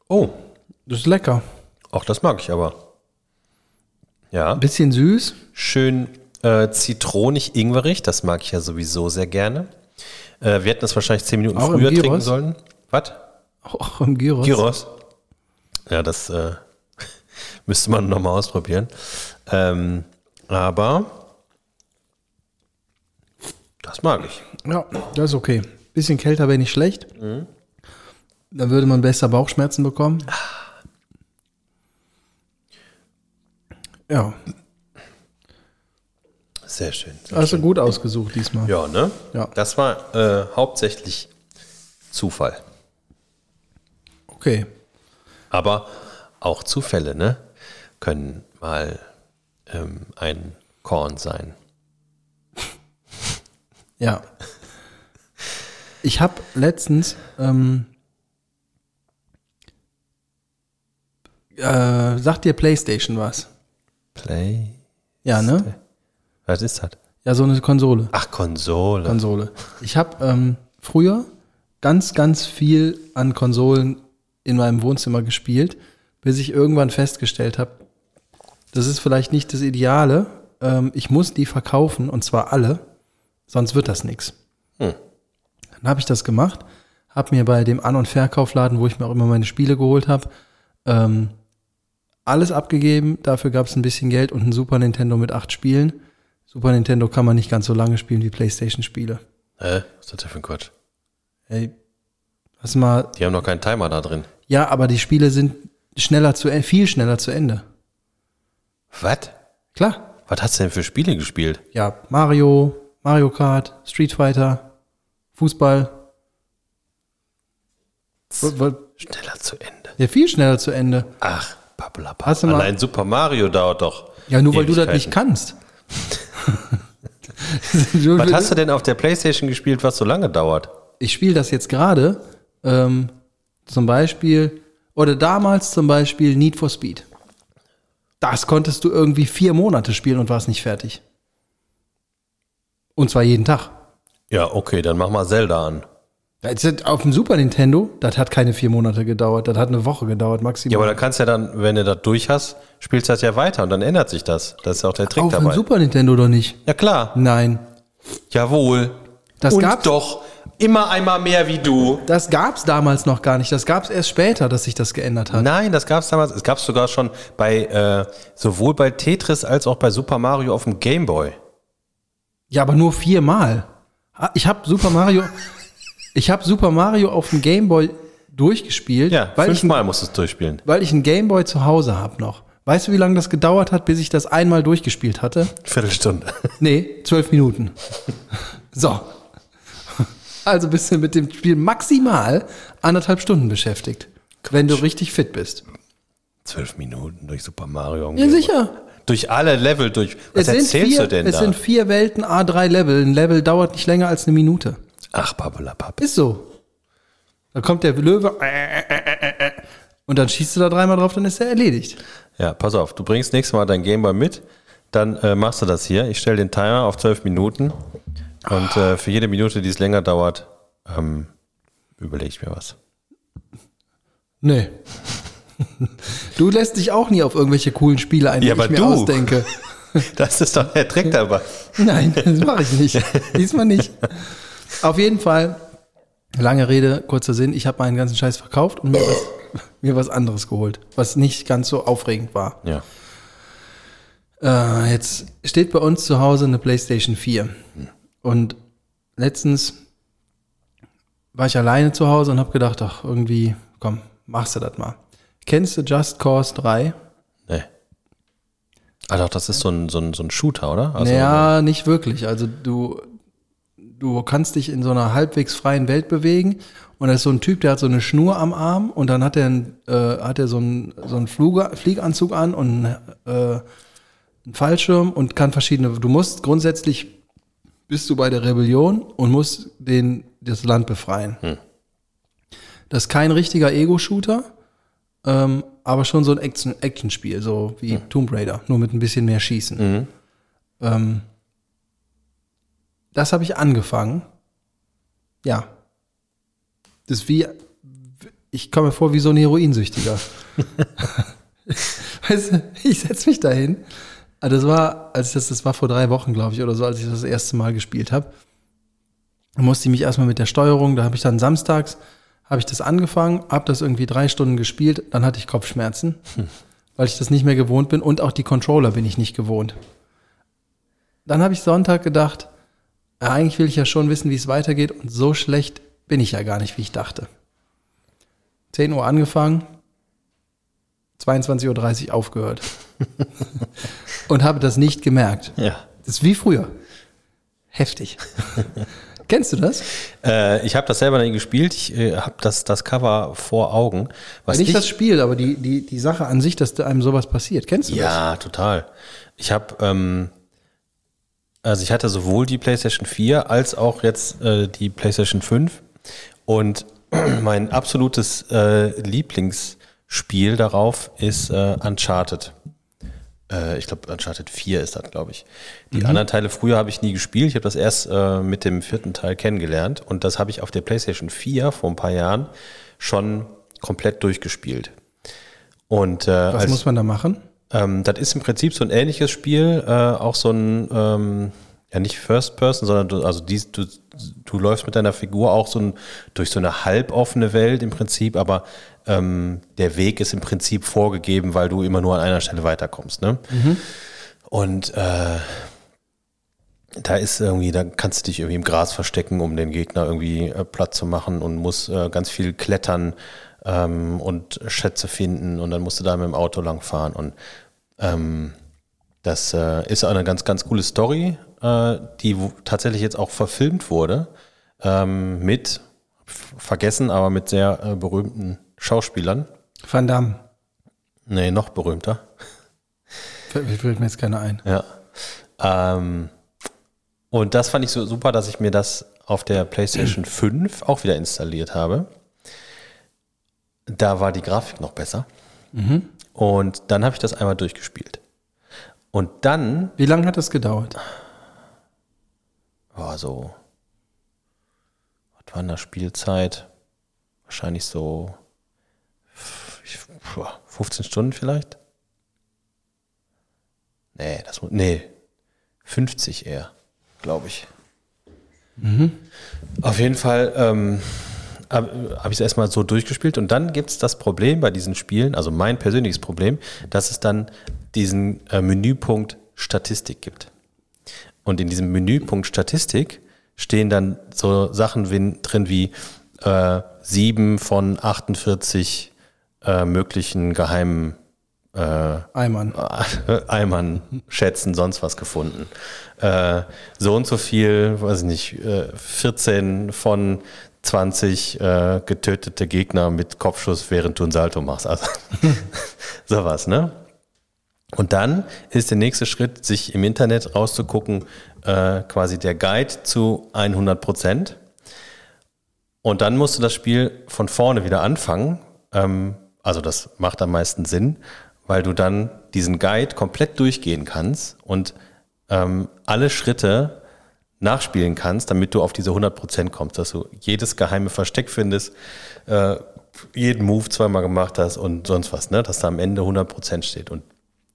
Speaker 2: Oh,
Speaker 1: Das ist lecker.
Speaker 2: auch das mag ich aber. Ja,
Speaker 1: Ein bisschen süß.
Speaker 2: schön äh, zitronig ingwerig, das mag ich ja sowieso sehr gerne. Äh, wir hätten das wahrscheinlich zehn Minuten
Speaker 1: Auch im
Speaker 2: früher
Speaker 1: Gyros?
Speaker 2: trinken sollen. Was?
Speaker 1: Auch im Gyros.
Speaker 2: Gyros. Ja, das äh, müsste man nochmal ausprobieren. Ähm, aber das mag ich.
Speaker 1: Ja, das ist okay. Bisschen kälter wäre nicht schlecht. Dann würde man besser Bauchschmerzen bekommen. Ja,
Speaker 2: Sehr schön. Sehr
Speaker 1: hast du also gut ausgesucht diesmal.
Speaker 2: Ja, ne?
Speaker 1: Ja.
Speaker 2: Das war äh, hauptsächlich Zufall.
Speaker 1: Okay.
Speaker 2: Aber auch Zufälle, ne? Können mal ähm, ein Korn sein.
Speaker 1: Ja. Ich habe letztens ähm, äh, sagt dir PlayStation was?
Speaker 2: Play.
Speaker 1: Ja, ne?
Speaker 2: Was ist das?
Speaker 1: Ja, so eine Konsole.
Speaker 2: Ach, Konsole.
Speaker 1: Konsole. Ich habe ähm, früher ganz, ganz viel an Konsolen in meinem Wohnzimmer gespielt, bis ich irgendwann festgestellt habe, das ist vielleicht nicht das Ideale. Ähm, ich muss die verkaufen und zwar alle, sonst wird das nichts.
Speaker 2: Hm.
Speaker 1: Dann habe ich das gemacht, habe mir bei dem An- und Verkaufladen, wo ich mir auch immer meine Spiele geholt habe, ähm, alles abgegeben. Dafür gab es ein bisschen Geld und ein Super Nintendo mit acht Spielen. Super Nintendo kann man nicht ganz so lange spielen wie PlayStation-Spiele.
Speaker 2: Hä? Äh, Was ist das denn für ein Quatsch?
Speaker 1: Ey, hast du mal.
Speaker 2: Die haben noch keinen Timer da drin.
Speaker 1: Ja, aber die Spiele sind schneller zu en- viel schneller zu Ende.
Speaker 2: Was?
Speaker 1: Klar.
Speaker 2: Was hast du denn für Spiele gespielt?
Speaker 1: Ja, Mario, Mario Kart, Street Fighter, Fußball. Wo- wo-
Speaker 2: Schneller zu Ende.
Speaker 1: Ja, viel schneller zu Ende.
Speaker 2: Ach, Pappelapa.
Speaker 1: Hast du mal-
Speaker 2: Allein Super Mario dauert doch.
Speaker 1: Ja, nur weil du das
Speaker 2: Ewigkeiten.
Speaker 1: nicht kannst.
Speaker 2: Was hast du denn auf der Playstation gespielt, was so lange dauert?
Speaker 1: ich spiele das jetzt gerade. Ähm, zum Beispiel, oder damals zum Beispiel Need for Speed. Das konntest du irgendwie vier Monate spielen und warst nicht fertig. Und zwar jeden Tag.
Speaker 2: Ja, okay, dann mach mal Zelda an.
Speaker 1: Das ist auf dem Super Nintendo, das hat keine vier Monate gedauert, das hat eine Woche gedauert, maximal.
Speaker 2: Ja, aber dann kannst du ja dann, wenn du das durch hast, spielst du das ja weiter und dann ändert sich das. Das ist auch der Trick
Speaker 1: auf dem
Speaker 2: dabei.
Speaker 1: Super Nintendo doch nicht.
Speaker 2: Ja, klar.
Speaker 1: Nein.
Speaker 2: Jawohl.
Speaker 1: Das
Speaker 2: und
Speaker 1: gab's-
Speaker 2: doch. Immer einmal mehr wie du.
Speaker 1: Das gab's damals noch gar nicht. Das gab's erst später, dass sich das geändert hat.
Speaker 2: Nein, das gab es damals. Es gab es sogar schon bei, äh, sowohl bei Tetris als auch bei Super Mario auf dem Game Boy.
Speaker 1: Ja, aber nur viermal. Ah, Ich habe Super Mario, ich habe Super Mario auf dem Gameboy durchgespielt,
Speaker 2: Ja,
Speaker 1: weil, ich,
Speaker 2: fünfmal musst du es durchspielen.
Speaker 1: weil ich einen Gameboy zu Hause habe noch. Weißt du, wie lange das gedauert hat, bis ich das einmal durchgespielt hatte?
Speaker 2: Viertelstunde.
Speaker 1: Nee, zwölf Minuten. So. Also bist du mit dem Spiel maximal anderthalb Stunden beschäftigt. Wenn du richtig fit bist.
Speaker 2: Zwölf Minuten durch Super Mario. am
Speaker 1: Ja,
Speaker 2: Game Boy.
Speaker 1: sicher.
Speaker 2: Durch alle Level durch. Was erzählst
Speaker 1: vier,
Speaker 2: du denn
Speaker 1: es
Speaker 2: da?
Speaker 1: sind vier Welten A3 Level. Ein Level dauert nicht länger als eine Minute.
Speaker 2: Ach, Pappelapapp.
Speaker 1: Ist so. Da kommt der Löwe äh, äh, äh, äh, und dann schießt du da dreimal drauf, dann ist er erledigt.
Speaker 2: Ja, pass auf, du bringst nächstes Mal dein Gameboy mit, dann äh, machst du das hier. Ich stelle den Timer auf zwölf Minuten und äh, für jede Minute, die es länger dauert, ähm, überlege ich mir was.
Speaker 1: Nee. Du lässt dich auch nie auf irgendwelche coolen Spiele ein, die
Speaker 2: Ja,
Speaker 1: ich
Speaker 2: aber
Speaker 1: mir
Speaker 2: du.
Speaker 1: ausdenke.
Speaker 2: Das ist doch der Trick dabei.
Speaker 1: Nein, das mache ich nicht. Diesmal nicht. Auf jeden Fall, lange Rede, kurzer Sinn, ich habe meinen ganzen Scheiß verkauft und mir was, mir was anderes geholt, was nicht ganz so aufregend war.
Speaker 2: Ja.
Speaker 1: Äh, jetzt steht bei uns zu Hause eine PlayStation 4. Und letztens war ich alleine zu Hause und habe gedacht, ach, irgendwie, komm, machst du das mal. Kennst du Just Cause 3?
Speaker 2: Nee. Ah doch, das ist so ein, so ein, so ein Shooter, oder? Also,
Speaker 1: naja, nicht wirklich. Also du, du kannst dich in so einer halbwegs freien Welt bewegen und da ist so ein Typ, der hat so eine Schnur am Arm und dann hat er äh, hat er so einen, so einen Flug, Flieganzug an und äh, einen Fallschirm und kann verschiedene. Du musst grundsätzlich bist du bei der Rebellion und musst den das Land befreien. Das ist kein richtiger Ego-Shooter, ähm, aber schon so ein Action- Action-Spiel, so wie Tomb Raider, nur mit ein bisschen mehr Schießen. Ähm, das habe ich angefangen. Ja. Das ist wie, ich komme mir vor wie so ein Heroinsüchtiger. weißt du, ich setze mich dahin. Also Das war, als ich das, das war vor drei Wochen, glaube ich, oder so, als ich das, das erste Mal gespielt habe. Da musste ich mich erstmal mit der Steuerung, da habe ich dann samstags, habe ich das angefangen, habe das irgendwie drei Stunden gespielt, dann hatte ich Kopfschmerzen, weil ich das nicht mehr gewohnt bin und auch die Controller bin ich nicht gewohnt. Dann habe ich Sonntag gedacht, ja, eigentlich will ich ja schon wissen, wie es weitergeht und so schlecht bin ich ja gar nicht, wie ich dachte. 10 Uhr angefangen, 22.30 Uhr aufgehört und habe das nicht gemerkt.
Speaker 2: ja.
Speaker 1: Das ist wie früher. Heftig. Kennst du das?
Speaker 2: Äh, ich habe das selber nicht gespielt. Ich äh, habe das, das Cover vor Augen. Was
Speaker 1: Nicht das Spiel, aber die, die, die Sache an sich, dass da einem sowas passiert. Kennst du das?
Speaker 2: Ja, total. Ich habe, ähm, also ich hatte sowohl die PlayStation 4 als auch jetzt äh, die PlayStation 5 und mein absolutes äh, Lieblingsspiel darauf ist äh, Uncharted. Äh, ich glaube, Uncharted 4 ist das, glaube ich.
Speaker 1: Mhm.
Speaker 2: Die anderen Teile früher habe ich nie gespielt. Ich habe das erst äh, mit dem vierten Teil kennengelernt und das habe ich auf der PlayStation 4 vor ein paar Jahren schon komplett durchgespielt. Und äh,
Speaker 1: Was muss man da machen?
Speaker 2: ähm, das ist im Prinzip so ein ähnliches Spiel, äh, auch so ein, ähm, ja nicht First Person, sondern du, also dies, du, du läufst mit deiner Figur auch so ein, durch so eine halboffene Welt im Prinzip, aber ähm, der Weg ist im Prinzip vorgegeben, weil du immer nur an einer Stelle weiterkommst. Ne? Und äh, da ist irgendwie, da kannst du dich irgendwie im Gras verstecken, um den Gegner irgendwie äh, platt zu machen und musst äh, ganz viel klettern ähm, und Schätze finden und dann musst du da mit dem Auto langfahren und ähm, das äh, ist eine ganz, ganz coole Story, äh, die wo- tatsächlich jetzt auch verfilmt wurde ähm, mit, f- vergessen, aber mit sehr äh, berühmten Schauspielern.
Speaker 1: Van Damme.
Speaker 2: Nee, noch berühmter.
Speaker 1: Fällt fällt mir jetzt keiner ein.
Speaker 2: Ja. Ähm, und das fand ich so super, dass ich mir das auf der PlayStation 5 auch wieder installiert habe. Da war die Grafik noch besser. Und dann habe ich das einmal durchgespielt. Und dann
Speaker 1: Wie lange hat das gedauert?
Speaker 2: war so, was war in der Spielzeit? Wahrscheinlich so f- ich- puh, 15 Stunden vielleicht? Nee, das, mu- nee, 50 eher, glaube ich. Auf jeden Fall ähm, habe hab ich es erstmal so durchgespielt und dann gibt es das Problem bei diesen Spielen, also mein persönliches Problem, dass es dann diesen äh, Menüpunkt Statistik gibt. Und in diesem Menüpunkt Statistik stehen dann so Sachen win- drin wie äh, 7 von 48 äh, möglichen geheimen
Speaker 1: Eimann.
Speaker 2: Eimern, Schätzen, sonst was gefunden. Äh, so und so viel, weiß ich nicht, äh, 14 von 20 äh, getötete Gegner mit Kopfschuss, während du ein Salto machst. Also sowas, ne? Und dann ist der nächste Schritt, sich im Internet rauszugucken, äh, quasi der Guide zu 100 Prozent. Und dann musst du das Spiel von vorne wieder anfangen. Ähm, also das macht am meisten Sinn, weil du dann diesen Guide komplett durchgehen kannst und ähm, alle Schritte nachspielen kannst, damit du auf diese 100% kommst, dass du jedes geheime Versteck findest, äh, jeden Move zweimal gemacht hast und sonst was, ne? dass da am Ende 100% steht. Und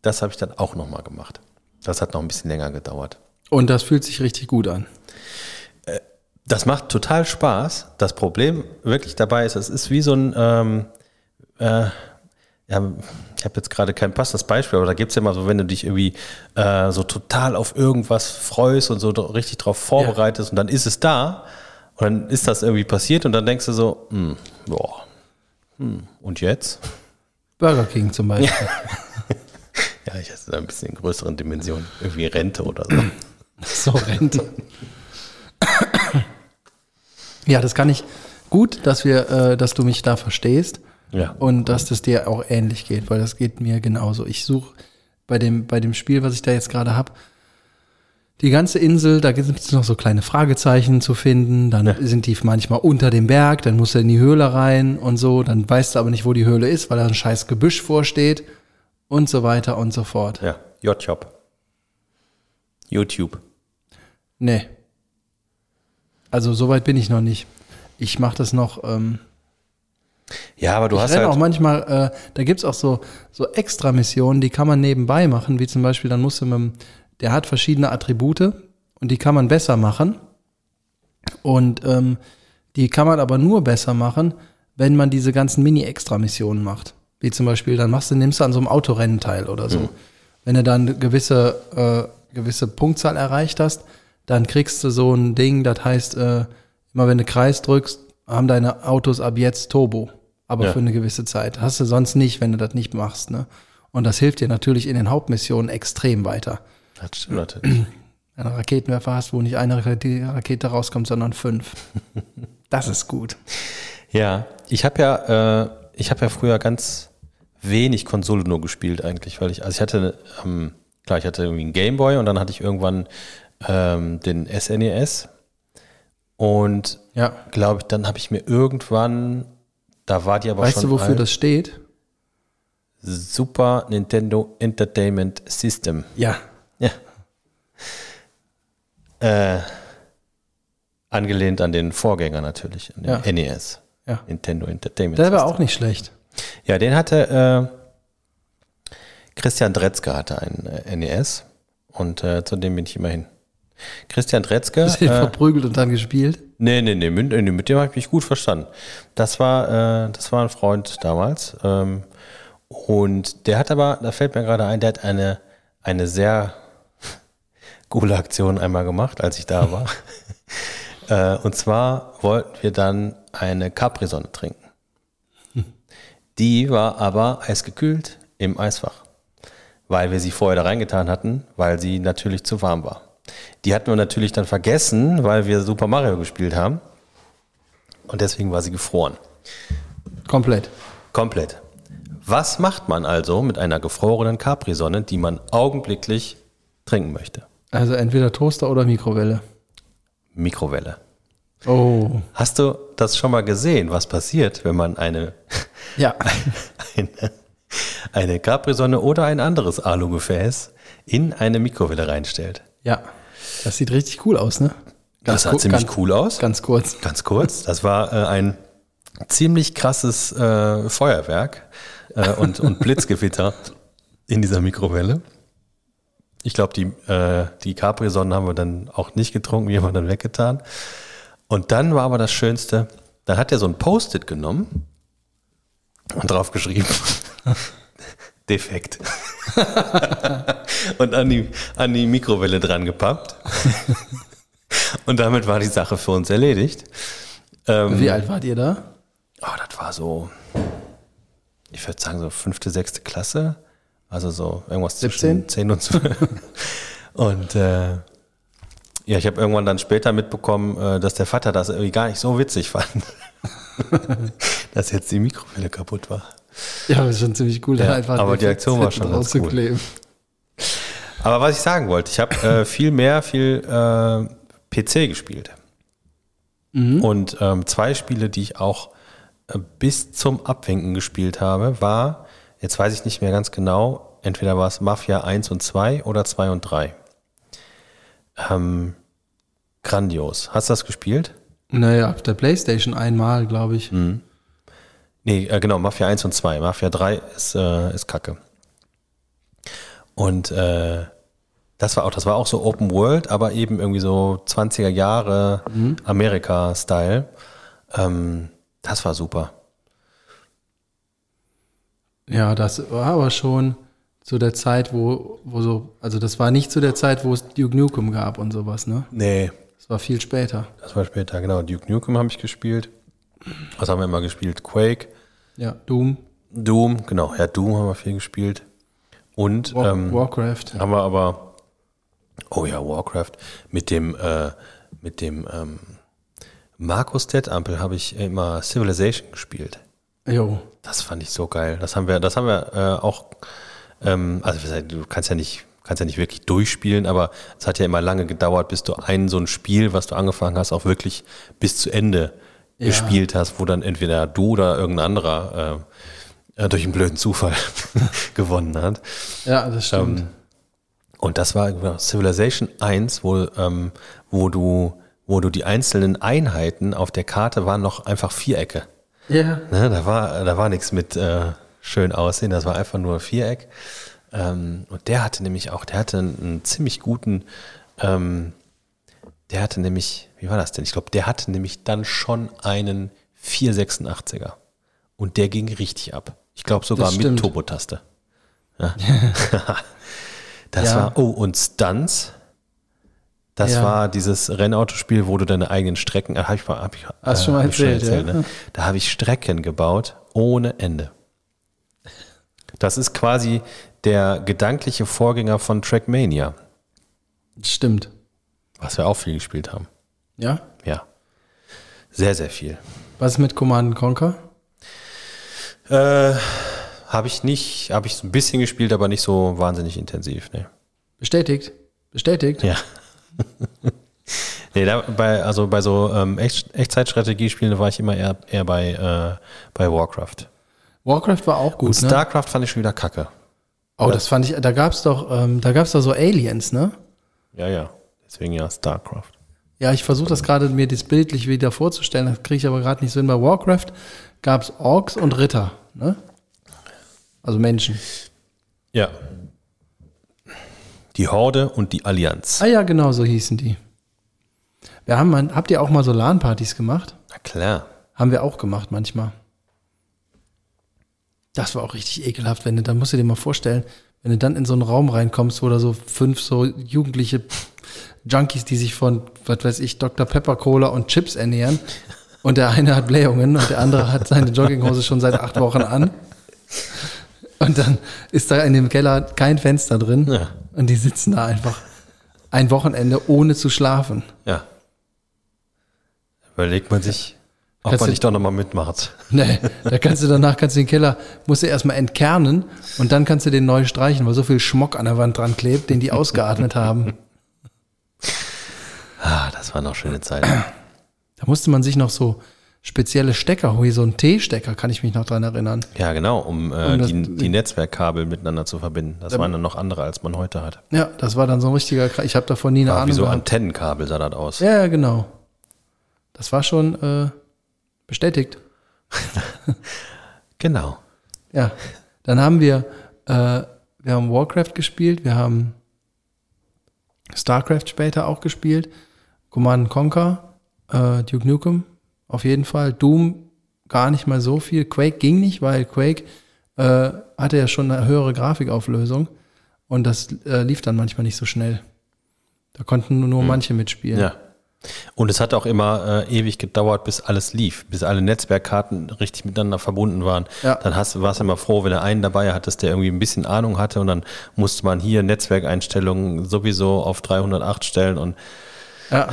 Speaker 2: das habe ich dann auch nochmal gemacht. Das hat noch ein bisschen länger gedauert.
Speaker 1: Und das fühlt sich richtig gut an.
Speaker 2: Das macht total Spaß. Das Problem wirklich dabei ist, es ist wie so ein, ähm, äh, ja, ich habe jetzt gerade kein passendes Beispiel, aber da gibt es ja mal so, wenn du dich irgendwie äh, so total auf irgendwas freust und so dr- richtig drauf vorbereitest und dann ist es da und dann ist das irgendwie passiert und dann denkst du so, hm, boah, hm, und jetzt?
Speaker 1: Burger King zum Beispiel.
Speaker 2: Ja, ich hatte da ein bisschen in größeren Dimensionen, irgendwie Rente oder so.
Speaker 1: So Rente. ja, das kann ich. Gut, dass wir, äh, dass du mich da verstehst.
Speaker 2: Ja.
Speaker 1: Und dass das dir auch ähnlich geht, weil das geht mir genauso. Ich suche bei dem, bei dem Spiel, was ich da jetzt gerade habe, die ganze Insel, da gibt es noch so kleine Fragezeichen zu finden. Dann sind die manchmal unter dem Berg, dann musst du in die Höhle rein und so. Dann weißt du aber nicht, wo die Höhle ist, weil da ein scheiß Gebüsch vorsteht und so weiter und so fort.
Speaker 2: Ja, Your Job. YouTube.
Speaker 1: Nee. Also so weit bin ich noch nicht. Ich mache das noch. Ähm,
Speaker 2: Ja, aber du
Speaker 1: ich
Speaker 2: hast
Speaker 1: renn
Speaker 2: halt.
Speaker 1: auch manchmal, äh, da gibt's auch so, so extra Missionen, die kann man nebenbei machen, wie zum Beispiel, dann musst du mit dem, der hat verschiedene Attribute und die kann man besser machen. Und ähm, die kann man aber nur besser machen, wenn man diese ganzen Mini-Extra-Missionen macht. Wie zum Beispiel, dann machst du, nimmst du an so einem Autorennen teil oder so. Wenn du dann eine gewisse, äh, gewisse Punktzahl erreicht hast, dann kriegst du so ein Ding, das heißt, äh, immer wenn du Kreis drückst, haben deine Autos ab jetzt Turbo. Aber
Speaker 2: Ja.
Speaker 1: für eine gewisse Zeit. Hast du sonst nicht, wenn du das nicht machst. Ne? Und das hilft dir natürlich in den Hauptmissionen extrem weiter.
Speaker 2: Das stimmt natürlich.
Speaker 1: Einen Raketenwerfer hast, wo nicht eine Rakete Rakete rauskommt, sondern fünf. Das ist gut.
Speaker 2: ja, ich habe ja, äh, ich habe ja früher ganz wenig Konsole nur gespielt eigentlich, weil ich, also ich hatte, ähm, klar, ich hatte irgendwie einen Gameboy und dann hatte ich irgendwann ähm, den SNES und
Speaker 1: Ja.
Speaker 2: glaube ich, dann habe ich mir irgendwann, da war die aber
Speaker 1: Weißt
Speaker 2: schon
Speaker 1: du, wofür
Speaker 2: alt,
Speaker 1: das steht?
Speaker 2: Super Nintendo Entertainment System.
Speaker 1: Ja.
Speaker 2: Ja. Äh, angelehnt an den Vorgänger natürlich, an den
Speaker 1: Ja.
Speaker 2: NES.
Speaker 1: Ja.
Speaker 2: Nintendo Entertainment
Speaker 1: Der war
Speaker 2: System.
Speaker 1: auch nicht schlecht.
Speaker 2: Ja, den hatte äh, Christian Dretzke hatte einen äh, NES und äh, zu dem bin ich immerhin. Christian Dretzke.
Speaker 1: Bisschen
Speaker 2: äh,
Speaker 1: verprügelt und dann gespielt.
Speaker 2: Nee, nee, nee, mit, nee, mit dem habe ich mich gut verstanden. Das war, äh, das war ein Freund damals. Ähm, und der hat aber, da fällt mir gerade ein, der hat eine, eine sehr coole Aktion einmal gemacht, als ich da war. äh, und zwar wollten wir dann eine Capri-Sonne trinken. Die war aber eisgekühlt im Eisfach, weil wir sie vorher da reingetan hatten, weil sie natürlich zu warm war. Die hatten wir natürlich dann vergessen, weil wir Super Mario gespielt haben. Und deswegen war sie gefroren.
Speaker 1: Komplett.
Speaker 2: Komplett. Was macht man also mit einer gefrorenen Capri-Sonne, die man augenblicklich trinken möchte?
Speaker 1: Also entweder Toaster oder Mikrowelle.
Speaker 2: Mikrowelle.
Speaker 1: Oh.
Speaker 2: Hast du das schon mal gesehen, was passiert, wenn man eine,
Speaker 1: Ja.
Speaker 2: eine, eine Capri-Sonne oder ein anderes Alugefäß in eine Mikrowelle reinstellt?
Speaker 1: Ja. Das sieht richtig cool aus, ne?
Speaker 2: Das sah
Speaker 1: ku-
Speaker 2: ziemlich
Speaker 1: ganz,
Speaker 2: cool aus.
Speaker 1: Ganz kurz.
Speaker 2: Ganz kurz, das war äh, ein ziemlich krasses äh, Feuerwerk äh, und, und Blitzgewitter in dieser Mikrowelle. Ich glaube, die, äh, die Capri-Sonnen haben wir dann auch nicht getrunken, die haben wir dann weggetan. Und dann war aber das Schönste, dann hat er so ein Post-it genommen und drauf geschrieben, defekt. und an die, an die Mikrowelle dran gepappt. und damit war die Sache für uns erledigt. Ähm,
Speaker 1: Wie alt wart ihr da?
Speaker 2: Oh, das war so, ich würde sagen, so fünfte, sechste Klasse. Also so irgendwas
Speaker 1: 17?
Speaker 2: zwischen 10 und 12. und äh, ja, ich habe irgendwann dann später mitbekommen, äh, dass der Vater das irgendwie gar nicht so witzig fand. dass jetzt die Mikrowelle kaputt war.
Speaker 1: Ja, das ist schon ziemlich cool. da
Speaker 2: Ja,
Speaker 1: einfach
Speaker 2: aber die Aktion war
Speaker 1: Fetzen
Speaker 2: schon ganz cool.
Speaker 1: draufzukleben.
Speaker 2: Aber was ich sagen wollte, ich habe äh, viel mehr, viel äh, PC gespielt. Und ähm, zwei Spiele, die ich auch äh, bis zum Abwinken gespielt habe, war, jetzt weiß ich nicht mehr ganz genau, entweder war es Mafia 1 und 2 oder 2 und 3. Ähm, grandios. Hast du das gespielt?
Speaker 1: Naja, auf der Playstation einmal, glaube ich.
Speaker 2: Nee, äh, genau, Mafia 1 und 2. Mafia 3 ist, äh, ist Kacke. Und äh, Das war auch, das war auch so Open World, aber eben irgendwie so 20er Jahre Amerika-Style. Ähm, das war super.
Speaker 1: Ja, das war aber schon zu der Zeit, wo, wo so, also das war nicht zu der Zeit, wo es Duke Nukem gab und sowas, ne?
Speaker 2: Nee,
Speaker 1: Das war viel später.
Speaker 2: das war später, genau. Duke Nukem habe ich gespielt. Was haben wir immer gespielt? Quake,
Speaker 1: Ja, Doom,
Speaker 2: Doom, genau. Ja, Doom haben wir viel gespielt. Und
Speaker 1: War
Speaker 2: ähm,
Speaker 1: Warcraft.
Speaker 2: haben wir aber, oh ja, Warcraft, mit dem, äh, mit dem ähm, Markus Dettampel habe ich immer Civilization gespielt.
Speaker 1: Jo.
Speaker 2: Das fand ich so geil. Das haben wir, das haben wir äh, auch, ähm, also was heißt, du kannst ja nicht, kannst ja nicht wirklich durchspielen, aber es hat ja immer lange gedauert, bis du ein so ein Spiel, was du angefangen hast, auch wirklich bis zu Ende
Speaker 1: Ja.
Speaker 2: gespielt hast, wo dann entweder du oder irgendein anderer äh, äh, durch einen blöden Zufall gewonnen hat.
Speaker 1: Ja, das stimmt.
Speaker 2: Und das war genau, Civilization 1, wo, ähm, wo du, wo du die einzelnen Einheiten auf der Karte waren noch einfach Vierecke.
Speaker 1: ja.
Speaker 2: Ne, da war, da war nichts mit äh, schön aussehen, das war einfach nur Viereck. Ähm, und der hatte nämlich auch, der hatte einen, einen ziemlich guten, ähm, der hatte nämlich, wie war das denn? Ich glaube, der hatte nämlich dann schon einen 486er. Und der ging richtig ab. Ich glaube sogar
Speaker 1: Das
Speaker 2: mit
Speaker 1: stimmt.
Speaker 2: Turbotaste. Ja. das
Speaker 1: Ja.
Speaker 2: war, oh, und Stunts. Das
Speaker 1: Ja.
Speaker 2: war dieses Rennautospiel, wo du deine eigenen Strecken, äh, hab ich, mal- hab ich,
Speaker 1: Hast du schon mal
Speaker 2: hab ich
Speaker 1: erzählt, ja.
Speaker 2: ne? Da habe ich Strecken gebaut ohne Ende. Das ist quasi der gedankliche Vorgänger von Trackmania,
Speaker 1: Stimmt.
Speaker 2: was wir auch viel gespielt haben.
Speaker 1: Ja.
Speaker 2: Ja. Sehr, sehr viel.
Speaker 1: Was ist mit Command Conquer?
Speaker 2: Äh, habe ich nicht, habe ich so ein bisschen gespielt, aber nicht so wahnsinnig intensiv. Ne.
Speaker 1: Bestätigt. Bestätigt.
Speaker 2: Ja. nee, da, bei, also bei so ähm, Echt, Echtzeitstrategiespielen war ich immer eher, eher bei, äh, bei Warcraft.
Speaker 1: Warcraft war auch gut, ne?
Speaker 2: Starcraft fand ich schon wieder kacke.
Speaker 1: Oh, das fand ich, da gab's doch, ähm, da gab's doch so Aliens, ne?
Speaker 2: Ja, ja. Deswegen ja Starcraft.
Speaker 1: Ja, ich versuche das gerade mir das bildlich wieder vorzustellen, das kriege ich aber gerade nicht so hin. Bei Warcraft gab's Orks und Ritter, ne? Also Menschen.
Speaker 2: Ja. Die Horde und die Allianz.
Speaker 1: Ah ja, genau, so hießen die. Wir haben mal, habt ihr auch mal so LAN-Partys gemacht?
Speaker 2: Na klar.
Speaker 1: Haben wir auch gemacht manchmal. Das war auch richtig ekelhaft, wenn du, dann musst du dir mal vorstellen, wenn du dann in so einen Raum reinkommst, wo da so fünf so jugendliche Junkies, die sich von, was weiß ich, Dr. Pepper Cola und Chips ernähren. Und der eine hat Blähungen und der andere hat seine Jogginghose schon seit acht Wochen an. Und dann ist da in dem Keller kein Fenster drin.
Speaker 2: Ja.
Speaker 1: Und die sitzen da einfach ein Wochenende ohne zu schlafen.
Speaker 2: Ja. Überlegt man sich, ob
Speaker 1: Kannst
Speaker 2: man
Speaker 1: du-
Speaker 2: nicht doch nochmal mitmacht.
Speaker 1: Nee, da kannst du danach, kannst du den Keller, musst du erstmal entkernen und dann kannst du den neu streichen, weil so viel Schmock an der Wand dran klebt, den die ausgeatmet haben.
Speaker 2: Ah, das waren noch schöne Zeiten.
Speaker 1: Da musste man sich noch so spezielle Stecker holen, so einen T-Stecker, kann ich mich noch dran erinnern.
Speaker 2: Ja, genau, um, äh,
Speaker 1: Um das-
Speaker 2: die, die Netzwerkkabel miteinander zu verbinden. Das waren dann noch andere, als man heute hat.
Speaker 1: Ja, das war dann so ein richtiger, Kra- ich habe davon nie eine
Speaker 2: Ah, wie
Speaker 1: Ahnung
Speaker 2: so
Speaker 1: gehabt.
Speaker 2: Antennenkabel sah das aus.
Speaker 1: Ja, ja, genau. Das war schon äh, bestätigt.
Speaker 2: Genau.
Speaker 1: Ja, dann haben wir, äh, wir haben Warcraft gespielt, wir haben Starcraft später auch gespielt, Command and Conquer, äh, Duke Nukem auf jeden Fall, Doom gar nicht mal so viel, Quake ging nicht, weil Quake äh, hatte ja schon eine höhere Grafikauflösung und das äh, lief dann manchmal nicht so schnell. Da konnten nur, nur manche mitspielen.
Speaker 2: Ja. Und es hat auch immer äh, ewig gedauert, bis alles lief, bis alle Netzwerkkarten richtig miteinander verbunden waren.
Speaker 1: Ja.
Speaker 2: Dann hast, warst du immer froh, wenn du einen dabei hattest, der irgendwie ein bisschen Ahnung hatte und dann musste man hier Netzwerkeinstellungen sowieso auf 308 stellen und
Speaker 1: Ja.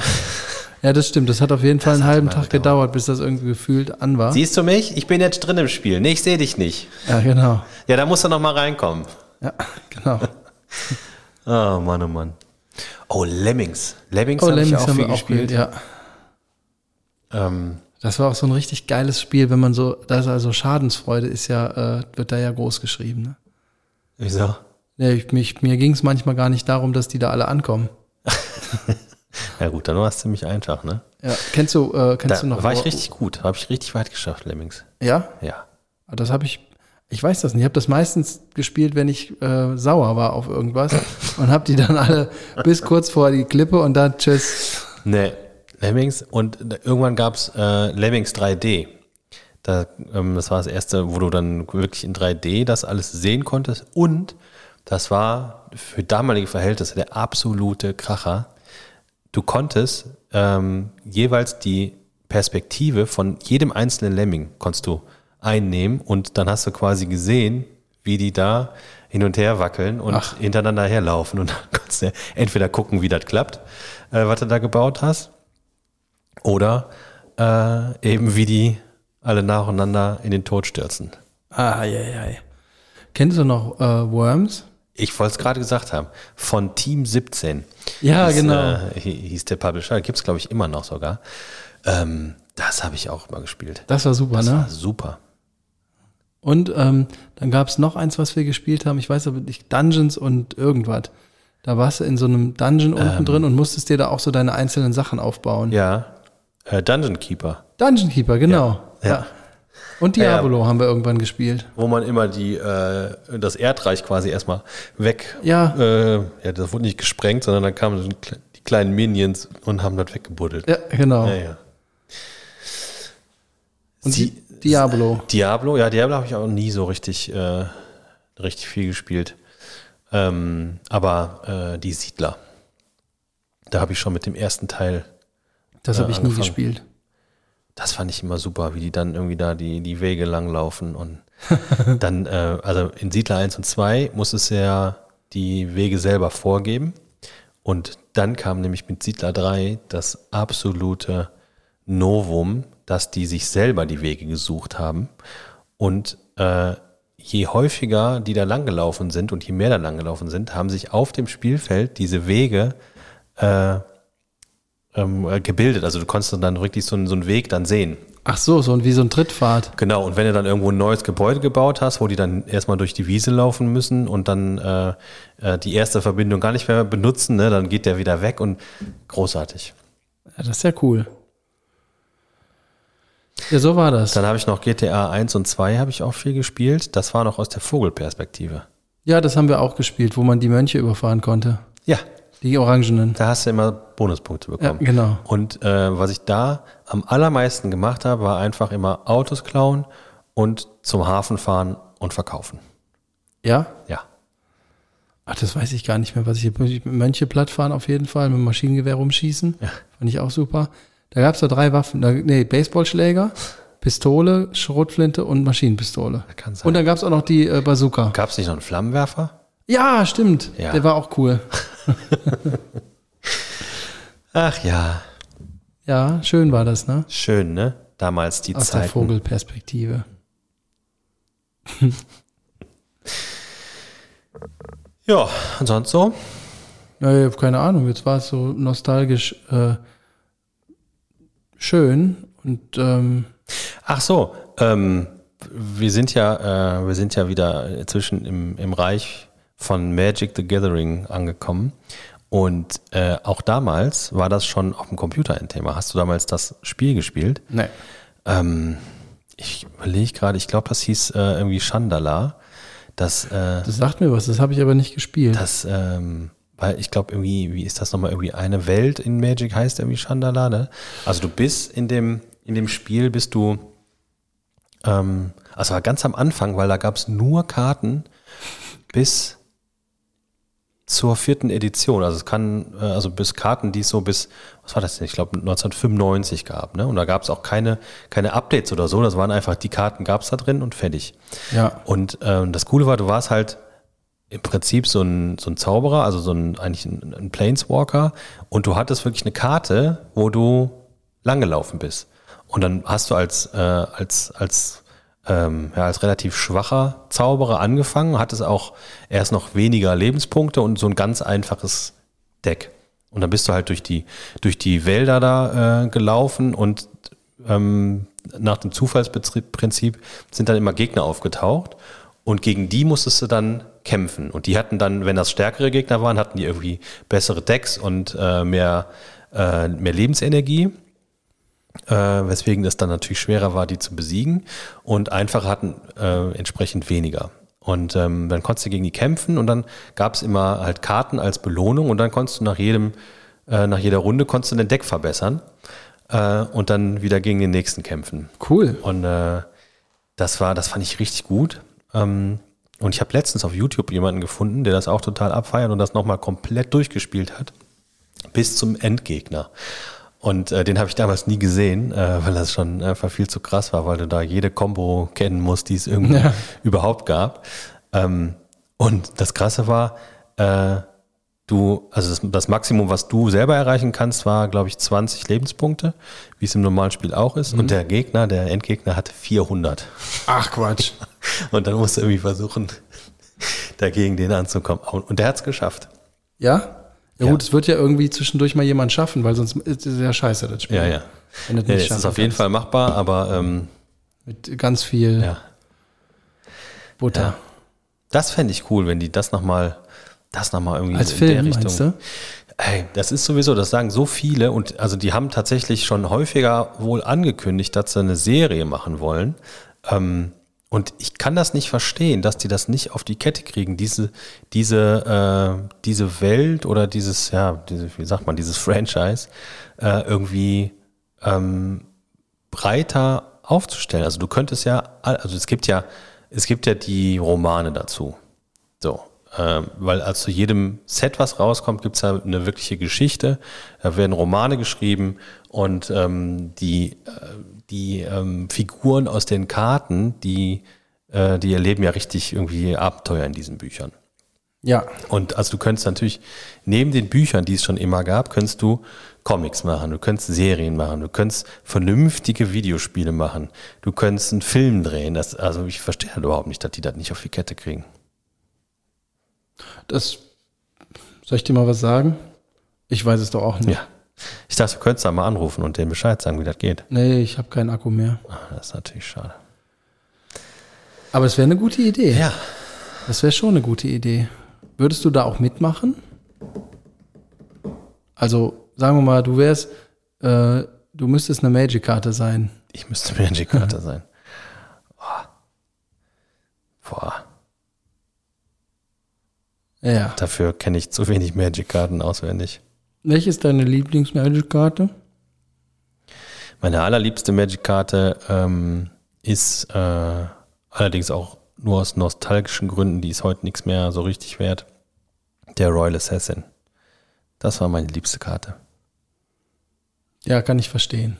Speaker 1: ja, das stimmt. Das hat auf jeden Fall einen
Speaker 2: hat
Speaker 1: halben
Speaker 2: immer
Speaker 1: Tag gedauert, bis das irgendwie gefühlt an war.
Speaker 2: siehst du mich? Ich bin jetzt drin im Spiel. Nee, ich sehe dich nicht.
Speaker 1: Ja, genau.
Speaker 2: Ja, da musst du noch mal reinkommen.
Speaker 1: Ja, genau.
Speaker 2: Oh Mann, oh Mann. Oh, Lemmings. Lemmings
Speaker 1: Oh,
Speaker 2: habe ich
Speaker 1: Lemmings
Speaker 2: auch
Speaker 1: haben
Speaker 2: viel
Speaker 1: wir auch
Speaker 2: gespielt.
Speaker 1: gespielt, ja.
Speaker 2: Ähm,
Speaker 1: Das war auch so ein richtig geiles Spiel, wenn man so, da ist also Schadensfreude ist ja, äh, wird da ja groß geschrieben. Ne?
Speaker 2: wieso?
Speaker 1: Nee, ich, mich, mir ging es manchmal gar nicht darum, dass die da alle ankommen.
Speaker 2: Ja gut, dann war es ziemlich einfach, ne?
Speaker 1: Ja, kennst du, äh, kennst
Speaker 2: Da
Speaker 1: du noch?
Speaker 2: war ich richtig gut. Habe ich richtig weit geschafft, Lemmings.
Speaker 1: Ja,
Speaker 2: Ja.
Speaker 1: das habe ich. Ich weiß das nicht. Ich habe das meistens gespielt, wenn ich äh, sauer war auf irgendwas und habe die dann alle bis kurz vor die Klippe und dann tschüss.
Speaker 2: Ne, Lemmings und da- irgendwann gab es äh, Lemmings 3D. Da, ähm, das war das erste, wo du dann wirklich in 3D das alles sehen konntest. Und das war für damalige Verhältnisse der absolute Kracher. Du konntest ähm, jeweils die Perspektive von jedem einzelnen Lemming konntest du einnehmen und dann hast du quasi gesehen, wie die da hin und her wackeln und hintereinander herlaufen. Und dann konntest du entweder gucken, wie das klappt, äh, was du da gebaut hast, oder äh, eben wie die alle nacheinander in den Tod stürzen.
Speaker 1: Ah, ja, ja. ja. Kennst du noch äh, Worms?
Speaker 2: Ich wollte es gerade gesagt haben, von Team 17.
Speaker 1: Ja, genau.
Speaker 2: Äh, hi- hieß der Publisher, gibt es glaube ich immer noch sogar. Ähm, das habe ich auch mal gespielt.
Speaker 1: Das war super,
Speaker 2: Das
Speaker 1: ne?
Speaker 2: war super.
Speaker 1: Und ähm, dann gab es noch eins, was wir gespielt haben. Ich weiß aber nicht, Dungeons und irgendwas. Da warst du in so einem Dungeon unten drin und musstest dir da auch so deine einzelnen Sachen aufbauen.
Speaker 2: Ähm. Ja. Äh, Dungeon Keeper,
Speaker 1: Dungeon Keeper, genau.
Speaker 2: Ja. Ja.
Speaker 1: Und
Speaker 2: ja.
Speaker 1: Diabolo haben wir irgendwann gespielt.
Speaker 2: wo man immer die, äh, das Erdreich quasi erstmal weg.
Speaker 1: Ja.
Speaker 2: Äh, ja, das wurde nicht gesprengt, sondern dann kamen so die kle- die kleinen Minions und haben das weggebuddelt.
Speaker 1: Ja, genau.
Speaker 2: Ja, ja.
Speaker 1: Und
Speaker 2: Sie-
Speaker 1: Di- Diablo.
Speaker 2: Diablo, ja, Diablo habe ich auch nie so richtig, äh, richtig viel gespielt. Ähm, aber äh, die Siedler. Da habe ich schon mit dem ersten Teil,
Speaker 1: Das
Speaker 2: Ja,
Speaker 1: habe ich nie
Speaker 2: angefangen.
Speaker 1: gespielt.
Speaker 2: das fand ich immer super, wie die dann irgendwie da die, die Wege langlaufen. Und dann, äh, also in Siedler 1 und 2 musste es ja die Wege selber vorgeben. Und dann kam nämlich mit Siedler 3 das absolute Novum, dass die sich selber die Wege gesucht haben. Und äh, je häufiger die da langgelaufen sind und je mehr da langgelaufen sind, haben sich auf dem Spielfeld diese Wege äh, ähm, äh, gebildet. Also du konntest dann wirklich so, einen- so einen Weg dann sehen.
Speaker 1: Ach so, so ein- wie so ein Trittpfad.
Speaker 2: Genau, und wenn du dann irgendwo ein neues Gebäude gebaut hast, wo die dann erstmal durch die Wiese laufen müssen und dann äh, äh, die erste Verbindung gar nicht mehr benutzen, ne, dann geht der wieder weg und großartig.
Speaker 1: Ja, das ist ja cool. Ja, so war das.
Speaker 2: Dann habe ich noch GTA 1 und 2 habe ich auch viel gespielt. Das war noch aus der Vogelperspektive.
Speaker 1: Ja, das haben wir auch gespielt, wo man die Mönche überfahren konnte.
Speaker 2: Ja,
Speaker 1: Die Orangenen.
Speaker 2: da hast du immer Bonuspunkte
Speaker 1: Ja,
Speaker 2: bekommen.
Speaker 1: genau.
Speaker 2: Und äh, was ich da am allermeisten gemacht habe, war einfach immer Autos klauen und zum Hafen fahren und verkaufen.
Speaker 1: Ja?
Speaker 2: Ja.
Speaker 1: Ach, das weiß ich gar nicht mehr, was ich hier. Mönche plattfahren auf jeden Fall, mit dem Maschinengewehr rumschießen. Fand ich auch super. Da gab es da drei Waffen. Da, nee, Baseballschläger, Pistole, Schrotflinte und Maschinenpistole.
Speaker 2: kann sein.
Speaker 1: Und dann gab es auch noch die äh, Bazooka.
Speaker 2: Gab es nicht noch einen Flammenwerfer?
Speaker 1: Ja, stimmt.
Speaker 2: Ja.
Speaker 1: Der war auch cool.
Speaker 2: Ach ja,
Speaker 1: Ja, schön war das, ne?
Speaker 2: schön, ne? Damals die
Speaker 1: Aus der
Speaker 2: Zeiten.
Speaker 1: Vogelperspektive.
Speaker 2: Ja, und sonst so?
Speaker 1: Naja, keine Ahnung, jetzt war es so nostalgisch äh, schön und ähm,
Speaker 2: Ach so, ähm, wir sind ja, äh, wir sind ja wieder zwischen im, im Reich von Magic the Gathering angekommen. Und äh, auch damals war das schon auf dem Computer ein Thema. Hast du damals das Spiel gespielt?
Speaker 1: ne.
Speaker 2: Ähm, ich überlege gerade, ich glaube, das hieß äh, irgendwie Chandala. Das, äh,
Speaker 1: Das sagt mir was, das habe ich aber nicht gespielt.
Speaker 2: das, ähm, weil ich glaube irgendwie, wie ist das nochmal, irgendwie eine Welt in Magic heißt irgendwie Chandala, ne? Also du bist in dem, in dem Spiel bist du, ähm, also war ganz am Anfang, weil da gab es nur Karten bis zur vierten Edition. Also es kann, äh, also bis Karten, die es so bis, was war das denn? Ich glaube 1995 gab, ne? Und da gab es auch keine, keine Updates oder so. Das waren einfach, die Karten gab es da drin und fertig.
Speaker 1: ja.
Speaker 2: Und ähm, das Coole war, du warst halt im Prinzip so ein, so ein Zauberer, also so ein, eigentlich ein, ein Planeswalker. Und du hattest wirklich eine Karte, wo du langgelaufen bist. Und dann hast du als, äh, als, als, ähm, ja, als relativ schwacher Zauberer angefangen, hattest auch erst noch weniger Lebenspunkte und so ein ganz einfaches Deck. Und dann bist du halt durch die, durch die Wälder da äh, gelaufen und ähm, nach dem Zufallsprinzip sind dann immer Gegner aufgetaucht und gegen die musstest du dann kämpfen. Und die hatten dann, wenn das stärkere Gegner waren, hatten die irgendwie bessere Decks und äh, mehr, äh, mehr Lebensenergie. äh, weswegen es dann natürlich schwerer war, die zu besiegen und einfacher hatten äh, entsprechend weniger. Und ähm, dann konntest du gegen die kämpfen und dann gab es immer halt Karten als Belohnung und dann konntest du nach jedem, äh, nach jeder Runde konntest du dein Deck verbessern äh, und dann wieder gegen den nächsten kämpfen.
Speaker 1: Cool.
Speaker 2: Und äh, das war, das fand ich richtig gut. Ähm, und ich habe letztens auf YouTube jemanden gefunden, der das auch total abfeiert und das nochmal komplett durchgespielt hat, bis zum Endgegner. Und äh, den habe ich damals nie gesehen, äh, weil das schon einfach viel zu krass war, weil du da jede Combo kennen musst, die es irgendwie
Speaker 1: Ja.
Speaker 2: überhaupt gab. Ähm, und das Krasse war, äh, du, also das, das Maximum, was du selber erreichen kannst, war, glaube ich, 20 Lebenspunkte, wie es im normalen Spiel auch ist. Und der Gegner, der Endgegner, hatte 400.
Speaker 1: Ach Quatsch.
Speaker 2: Und dann musst du irgendwie versuchen, dagegen den anzukommen. Und der hat es geschafft.
Speaker 1: Ja? Ja,
Speaker 2: Ja.
Speaker 1: gut, es wird ja irgendwie zwischendurch mal jemand schaffen, weil sonst ist es ja scheiße, das Spiel.
Speaker 2: Ja, ja.
Speaker 1: Wenn du
Speaker 2: Ja,
Speaker 1: nicht
Speaker 2: das ist
Speaker 1: schaffen
Speaker 2: auf jeden
Speaker 1: kannst.
Speaker 2: Fall machbar, aber ähm,
Speaker 1: Mit ganz viel
Speaker 2: ja.
Speaker 1: Butter.
Speaker 2: Ja. Das fände ich cool, wenn die das nochmal das noch mal irgendwie
Speaker 1: Als
Speaker 2: in
Speaker 1: Film,
Speaker 2: der Richtung.
Speaker 1: meinst du?
Speaker 2: Ey, das ist sowieso, das sagen so viele und also die haben tatsächlich schon häufiger wohl angekündigt, dass sie eine Serie machen wollen. Ähm, und ich kann das nicht verstehen, dass die das nicht auf die Kette kriegen, diese, diese, äh, diese Welt oder dieses, ja, diese, wie sagt man, dieses Franchise äh, irgendwie ähm, breiter aufzustellen. Also du könntest ja, all- also es gibt ja, es gibt ja die Romane dazu. So. Ähm, weil also zu jedem Set, was rauskommt, gibt es ja eine wirkliche Geschichte. Da werden Romane geschrieben und ähm, die, äh, die ähm, Figuren aus den Karten, die, äh, die erleben ja richtig irgendwie Abenteuer in diesen Büchern.
Speaker 1: Ja.
Speaker 2: Und also du könntest natürlich neben den Büchern, die es schon immer gab, könntest du Comics machen, du könntest Serien machen, du könntest vernünftige Videospiele machen, du könntest einen Film drehen. Das, also ich verstehe halt überhaupt nicht, dass die das nicht auf die Kette kriegen.
Speaker 1: Das soll ich dir mal was sagen? Ich weiß es doch auch nicht.
Speaker 2: Ja. Ich dachte, du könntest da mal anrufen und denen Bescheid sagen, wie das geht.
Speaker 1: Nee, ich habe keinen Akku mehr.
Speaker 2: Ah, Das ist natürlich schade.
Speaker 1: Aber es wäre eine gute Idee.
Speaker 2: Ja,
Speaker 1: Das wäre schon eine gute Idee. Würdest du da auch mitmachen? Also, sagen wir mal, du wärst, äh, du müsstest eine Magic-Karte sein.
Speaker 2: ich müsste Magic-Karte sein. Boah. Boah.
Speaker 1: Ja.
Speaker 2: Dafür kenne ich zu wenig Magic-Karten auswendig.
Speaker 1: Welche ist deine Lieblings-Magic-Karte?
Speaker 2: Meine allerliebste Magic-Karte ähm, ist äh, allerdings auch nur aus nostalgischen Gründen, die ist heute nichts mehr so richtig wert, der Royal Assassin. Das war meine liebste Karte.
Speaker 1: Ja, kann ich verstehen.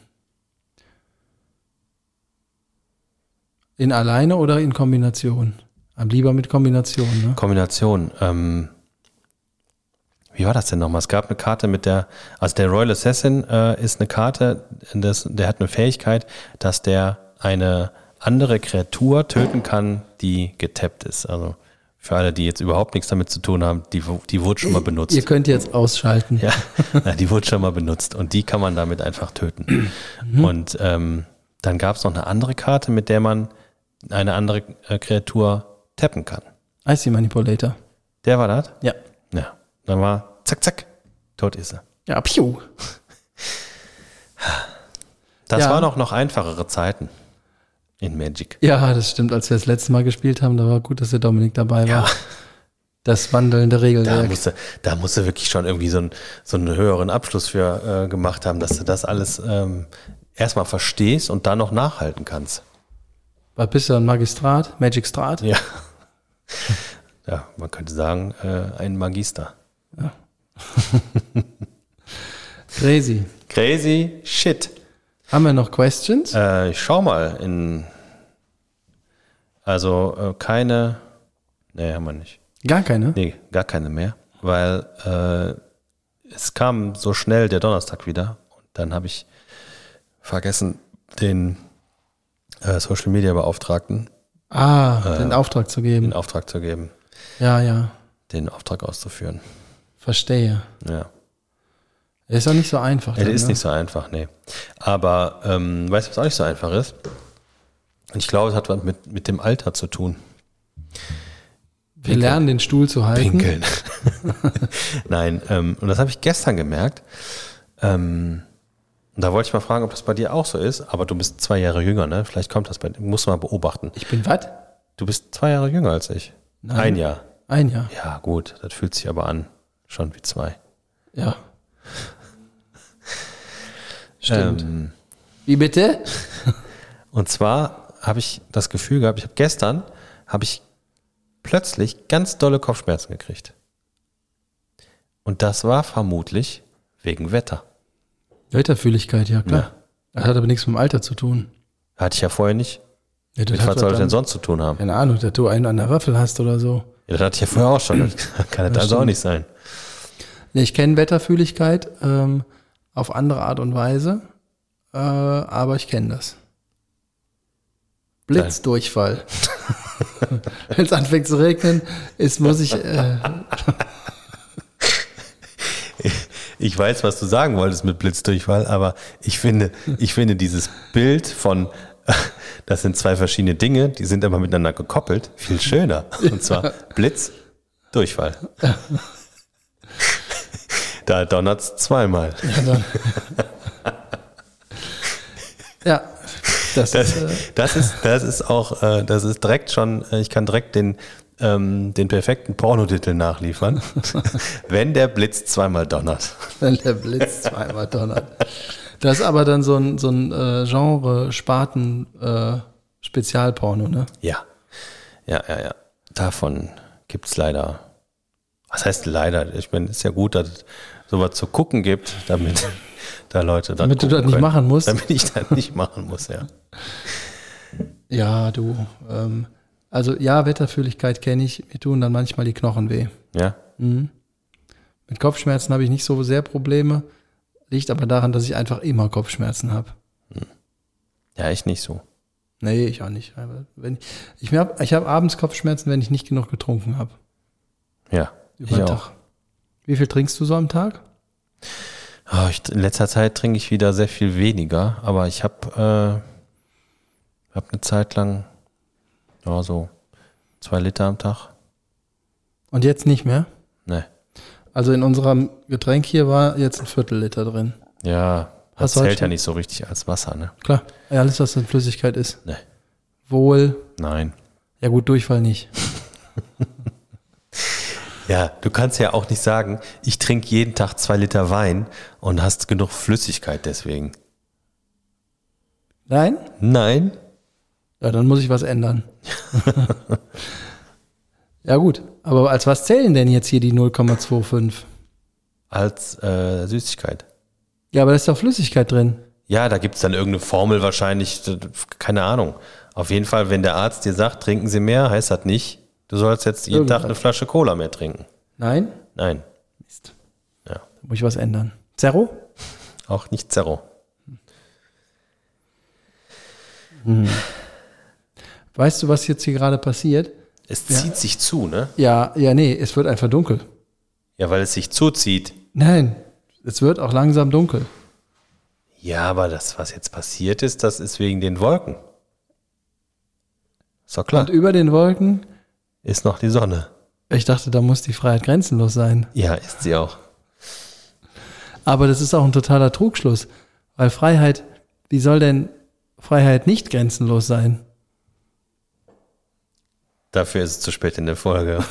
Speaker 1: In alleine oder in Kombination? Am lieber mit Kombination, ne?
Speaker 2: Kombination. Ähm, wie war das denn nochmal? Es gab eine Karte mit der, also der Royal Assassin äh, ist eine Karte, das, der hat eine Fähigkeit, dass der eine andere Kreatur töten kann, die getappt ist. Also für alle, die jetzt überhaupt nichts damit zu tun haben, die, wu- die wurde schon mal benutzt.
Speaker 1: Ihr könnt jetzt ausschalten.
Speaker 2: Ja, na, die wurde schon mal benutzt und die kann man damit einfach töten. Und ähm, dann gab es noch eine andere Karte, mit der man eine andere äh, Kreatur tappen kann.
Speaker 1: Icy Manipulator.
Speaker 2: Der war das?
Speaker 1: Ja.
Speaker 2: Ja. Dann war zack, zack, tot ist er.
Speaker 1: Ja, piu.
Speaker 2: Das
Speaker 1: Ja.
Speaker 2: waren auch noch einfachere Zeiten in Magic.
Speaker 1: Ja, das stimmt. Als wir das letzte Mal gespielt haben, da war gut, dass der Dominik dabei war. Das wandelnde
Speaker 2: Da
Speaker 1: Regelwerk.
Speaker 2: musste, da musste wirklich schon irgendwie so, einen so einen höheren Abschluss für äh, gemacht haben, dass du das alles ähm, erstmal verstehst und dann noch nachhalten kannst.
Speaker 1: War bist du ein Magistrat, Magistrat?
Speaker 2: Ja. Ja, man könnte sagen, äh, ein Magister.
Speaker 1: Crazy.
Speaker 2: Crazy shit.
Speaker 1: Haben wir noch Questions?
Speaker 2: Äh, ich schau mal in. Also äh, keine. Nee, haben wir nicht.
Speaker 1: Gar keine.
Speaker 2: Nee, gar keine mehr. Weil äh, es kam so schnell der Donnerstag wieder. Und dann habe ich vergessen, den äh, Social Media Beauftragten
Speaker 1: Ah, den Auftrag zu
Speaker 2: den
Speaker 1: geben.
Speaker 2: Auftrag zu geben,
Speaker 1: Ja, ja.
Speaker 2: den Auftrag auszuführen.
Speaker 1: Verstehe.
Speaker 2: Ja.
Speaker 1: Ist auch nicht so einfach.
Speaker 2: Ja,
Speaker 1: dann,
Speaker 2: das ist
Speaker 1: ne?
Speaker 2: nicht so einfach, nee. Aber ähm, weißt du, was auch nicht so einfach ist? Ich glaube, es hat was mit, mit dem Alter zu tun.
Speaker 1: Wir lernen den Stuhl zu halten.
Speaker 2: Pinkeln. Nein, ähm, und das habe ich gestern gemerkt. Ähm, Und da wollte ich mal fragen, ob das bei dir auch so ist, aber du bist zwei Jahre jünger, ne? Vielleicht kommt das bei dir. Muss mal beobachten.
Speaker 1: Ich bin was?
Speaker 2: Du bist zwei Jahre jünger als ich.
Speaker 1: Nein.
Speaker 2: Ein Jahr.
Speaker 1: Ein Jahr.
Speaker 2: Ja, gut, das fühlt sich aber an. Schon wie zwei.
Speaker 1: Ja. Stimmt.
Speaker 2: Ähm,
Speaker 1: Wie bitte?
Speaker 2: Und zwar habe ich das Gefühl gehabt, ich habe gestern habe ich plötzlich ganz dolle Kopfschmerzen gekriegt. Und das war vermutlich wegen Wetter.
Speaker 1: Wetterfühligkeit, ja klar. Das hat aber nichts mit dem Alter zu tun.
Speaker 2: Hatte ich ja vorher nicht.
Speaker 1: Ja, das
Speaker 2: Mit
Speaker 1: hat
Speaker 2: was
Speaker 1: was
Speaker 2: soll das denn
Speaker 1: damit-
Speaker 2: sonst zu tun haben?
Speaker 1: Keine Ahnung, dass du einen an der Waffel hast oder so.
Speaker 2: Ja, das hatte ich ja vorher auch schon. Das Kann das also auch nicht sein.
Speaker 1: Nee, Ich kenne Wetterfühligkeit ähm, auf andere Art und Weise, äh, aber ich kenne das. Blitzdurchfall. Wenn es anfängt zu regnen, ist, muss ich. Äh,
Speaker 2: Ich weiß, was du sagen wolltest mit Blitzdurchfall, aber ich finde, ich finde dieses Bild von, das sind zwei verschiedene Dinge, die sind aber miteinander gekoppelt, viel schöner. Und zwar Blitz, Durchfall. Da donnert's zweimal.
Speaker 1: Also. ja, das,
Speaker 2: Das,
Speaker 1: ist. Äh,
Speaker 2: das ist, das ist auch, äh, das ist direkt schon, äh, ich kann direkt den, ähm, den perfekten Pornotitel nachliefern. Wenn der Blitz zweimal donnert.
Speaker 1: wenn der Blitz zweimal donnert. Das ist aber dann so ein, so ein äh, Genre-Spaten-Spezialporno, ne?
Speaker 2: Ja. Ja, ja, ja. Davon gibt's leider. Was heißt leider? Ich meine, ist ja gut, dass es sowas zu gucken gibt, damit da Leute dann.
Speaker 1: Damit du das
Speaker 2: gucken
Speaker 1: nicht machen musst.
Speaker 2: Damit ich das nicht machen muss, ja.
Speaker 1: Ja, du. Ähm, also, ja, Wetterfühligkeit kenne ich. Mir tun dann manchmal die Knochen weh.
Speaker 2: Ja.
Speaker 1: Mit Kopfschmerzen habe ich nicht so sehr Probleme. Liegt aber daran, dass ich einfach immer Kopfschmerzen habe.
Speaker 2: Ja, ich nicht so.
Speaker 1: Nee, ich auch nicht. Aber wenn ich ich habe ich hab abends Kopfschmerzen, wenn ich nicht genug getrunken habe.
Speaker 2: Ja.
Speaker 1: Über den Tag. Wie viel trinkst du so am Tag?
Speaker 2: Ah, ich, in letzter Zeit trinke ich wieder sehr viel weniger, aber ich habe äh, hab eine Zeit lang ja, so zwei Liter am Tag.
Speaker 1: Und jetzt nicht mehr?
Speaker 2: Ne.
Speaker 1: Also in unserem Getränk hier war jetzt ein Viertel Liter drin.
Speaker 2: Ja, das
Speaker 1: Hast du heute
Speaker 2: zählt ja
Speaker 1: schon-
Speaker 2: nicht so richtig als Wasser, ne?
Speaker 1: Klar, ja, alles, was in Flüssigkeit ist.
Speaker 2: Ne.
Speaker 1: Wohl,
Speaker 2: Nein.
Speaker 1: ja gut, Durchfall nicht.
Speaker 2: Ja, du kannst ja auch nicht sagen, ich trinke jeden Tag zwei Liter Wein und hast genug Flüssigkeit deswegen.
Speaker 1: Nein?
Speaker 2: Nein.
Speaker 1: Ja, dann muss ich was ändern. ja gut, aber als was zählen denn jetzt hier die 0,25?
Speaker 2: Als äh, Süßigkeit.
Speaker 1: Ja, aber da ist doch Flüssigkeit drin.
Speaker 2: Ja, da gibt's dann irgendeine Formel wahrscheinlich, d- d- keine Ahnung. Auf jeden Fall, wenn der Arzt dir sagt, trinken Sie mehr, heißt das nicht, du sollst jetzt jeden Tag eine Flasche Cola mehr trinken.
Speaker 1: Nein?
Speaker 2: Nein,
Speaker 1: Mist.
Speaker 2: Ja.
Speaker 1: Da muss ich was ändern. Zerro?
Speaker 2: auch nicht Zero.
Speaker 1: Weißt du, was jetzt hier gerade passiert?
Speaker 2: Es zieht sich zu, ne?
Speaker 1: Ja, ja, nee, es wird einfach dunkel.
Speaker 2: Ja, weil es sich zuzieht.
Speaker 1: Nein, es wird auch langsam dunkel.
Speaker 2: Ja, aber das, was jetzt passiert ist, das ist wegen den Wolken. Ist doch klar.
Speaker 1: Und über den Wolken,
Speaker 2: Ist noch die Sonne.
Speaker 1: ich dachte, da muss die Freiheit grenzenlos sein.
Speaker 2: Ja, ist sie auch.
Speaker 1: Aber das ist auch ein totaler Trugschluss, weil Freiheit, wie soll denn Freiheit nicht grenzenlos sein?
Speaker 2: Dafür ist es zu spät in der Folge,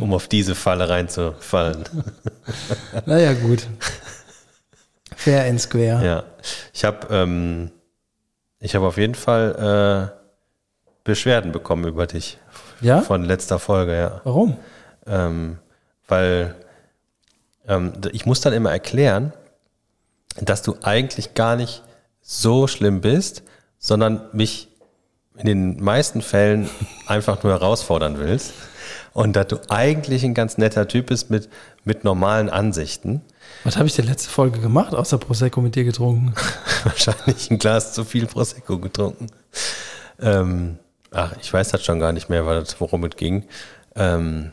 Speaker 2: um auf diese Falle reinzufallen.
Speaker 1: Naja, gut. Fair and square.
Speaker 2: Ja, ich habe ähm, ich habe auf jeden Fall äh, Beschwerden bekommen über dich
Speaker 1: Ja?
Speaker 2: von letzter Folge, ja,
Speaker 1: Warum?
Speaker 2: ähm, weil ähm, ich muss dann immer erklären, dass du eigentlich gar nicht so schlimm bist, sondern mich in den meisten Fällen einfach nur herausfordern willst und dass du eigentlich ein ganz netter Typ bist mit mit normalen Ansichten.
Speaker 1: Was habe ich denn letzte Folge gemacht, außer Prosecco mit dir getrunken?
Speaker 2: wahrscheinlich ein Glas zu viel Prosecco getrunken. Ähm, ach, ich weiß das schon gar nicht mehr, weil das, worum es ging. Ähm,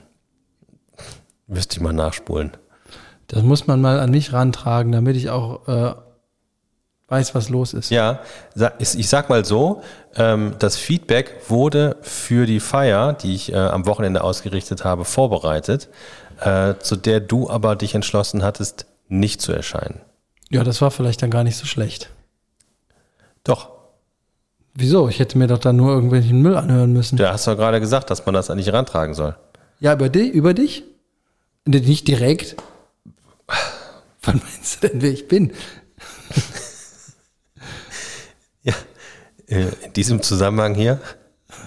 Speaker 2: müsste ich mal nachspulen.
Speaker 1: Das muss man mal an mich rantragen, damit ich auch äh, weiß, was los ist.
Speaker 2: Ja, sa- ich ich sag mal so, ähm, das Feedback wurde für die Feier, die ich äh, am Wochenende ausgerichtet habe, vorbereitet, äh, zu der du aber dich entschlossen hattest, nicht zu erscheinen.
Speaker 1: Ja, das war vielleicht dann gar nicht so schlecht.
Speaker 2: Doch.
Speaker 1: Wieso? Ich hätte mir doch dann nur irgendwelchen Müll anhören müssen.
Speaker 2: Du hast doch gerade gesagt, dass man das an dich rantragen soll.
Speaker 1: Ja, über, di über dich? Nee, Nicht direkt. Wann meinst du denn, wer ich bin?
Speaker 2: Ja. Äh, In diesem Zusammenhang hier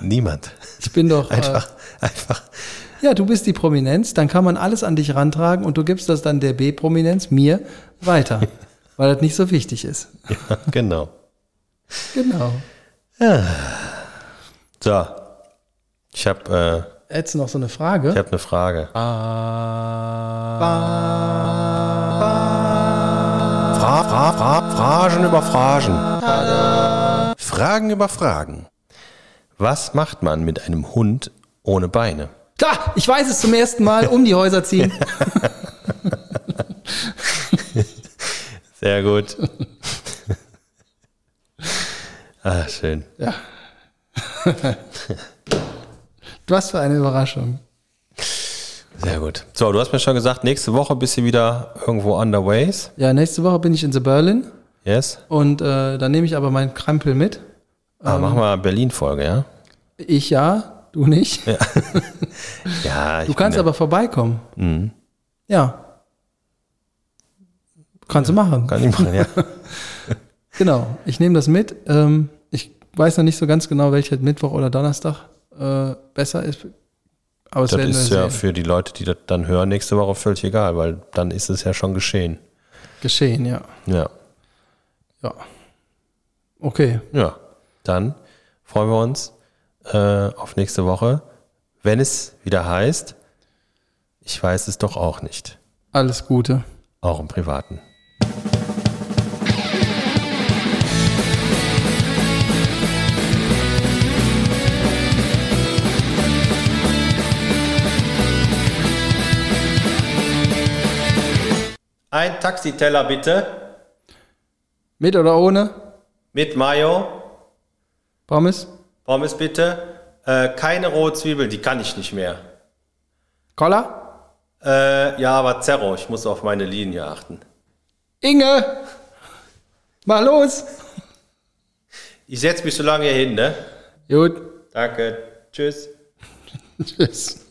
Speaker 2: niemand.
Speaker 1: Ich bin doch. Äh,
Speaker 2: Einfach, einfach.
Speaker 1: ja, du bist die Prominenz, dann kann man alles an dich rantragen und du gibst das dann der B-Prominenz, mir, weiter. weil das nicht so wichtig ist.
Speaker 2: Ja, genau.
Speaker 1: Genau.
Speaker 2: So. Ich habe äh,
Speaker 1: Jetzt noch so eine Frage.
Speaker 2: ich hab eine Frage.
Speaker 1: Ah.
Speaker 2: Fra fra fra Fragen über Fragen. Fragen über Fragen. Was macht man mit einem Hund ohne Beine?
Speaker 1: Da, ich weiß es zum ersten Mal, um die Häuser ziehen.
Speaker 2: Sehr gut. ah, schön.
Speaker 1: Was für eine Überraschung.
Speaker 2: Sehr gut. So, du hast mir schon gesagt, nächste Woche bist du wieder irgendwo underways.
Speaker 1: Ja, nächste Woche bin ich in The Berlin
Speaker 2: Yes?
Speaker 1: und äh, dann nehme ich aber meinen Krempel mit. Ähm.
Speaker 2: Ah, machen wir Berlin-Folge, ja?
Speaker 1: Ich ja, du nicht.
Speaker 2: Ja, Mhm. ich
Speaker 1: Du kannst aber vorbeikommen. Ja. Kannst du machen.
Speaker 2: Kann ich machen, ja.
Speaker 1: Genau. Ich nehme das mit. Ähm, ich weiß noch nicht so ganz genau, welcher Mittwoch oder Donnerstag äh, besser ist. Aber es
Speaker 2: Das
Speaker 1: werden wir
Speaker 2: ist ja
Speaker 1: sehen.
Speaker 2: für die Leute, die das dann hören, nächste Woche völlig egal, weil dann ist es ja schon geschehen.
Speaker 1: geschehen, ja.
Speaker 2: Ja.
Speaker 1: Ja. Okay.
Speaker 2: Ja. Dann freuen wir uns äh, auf nächste Woche, wenn es wieder heißt, ich weiß es doch auch nicht.
Speaker 1: Alles Gute.
Speaker 2: Auch im Privaten. Ein Taxiteller bitte
Speaker 1: Mit oder ohne?
Speaker 2: mit Mayo.
Speaker 1: Pommes?
Speaker 2: Pommes bitte. Äh, keine rohe Zwiebel, die kann ich nicht mehr.
Speaker 1: Koller?
Speaker 2: Äh, ja, aber Zerro, ich muss auf meine Linie achten.
Speaker 1: Inge! Mach los!
Speaker 2: Ich setze mich so lange hier hin, ne?
Speaker 1: Gut.
Speaker 2: Danke. Tschüss.
Speaker 1: Tschüss.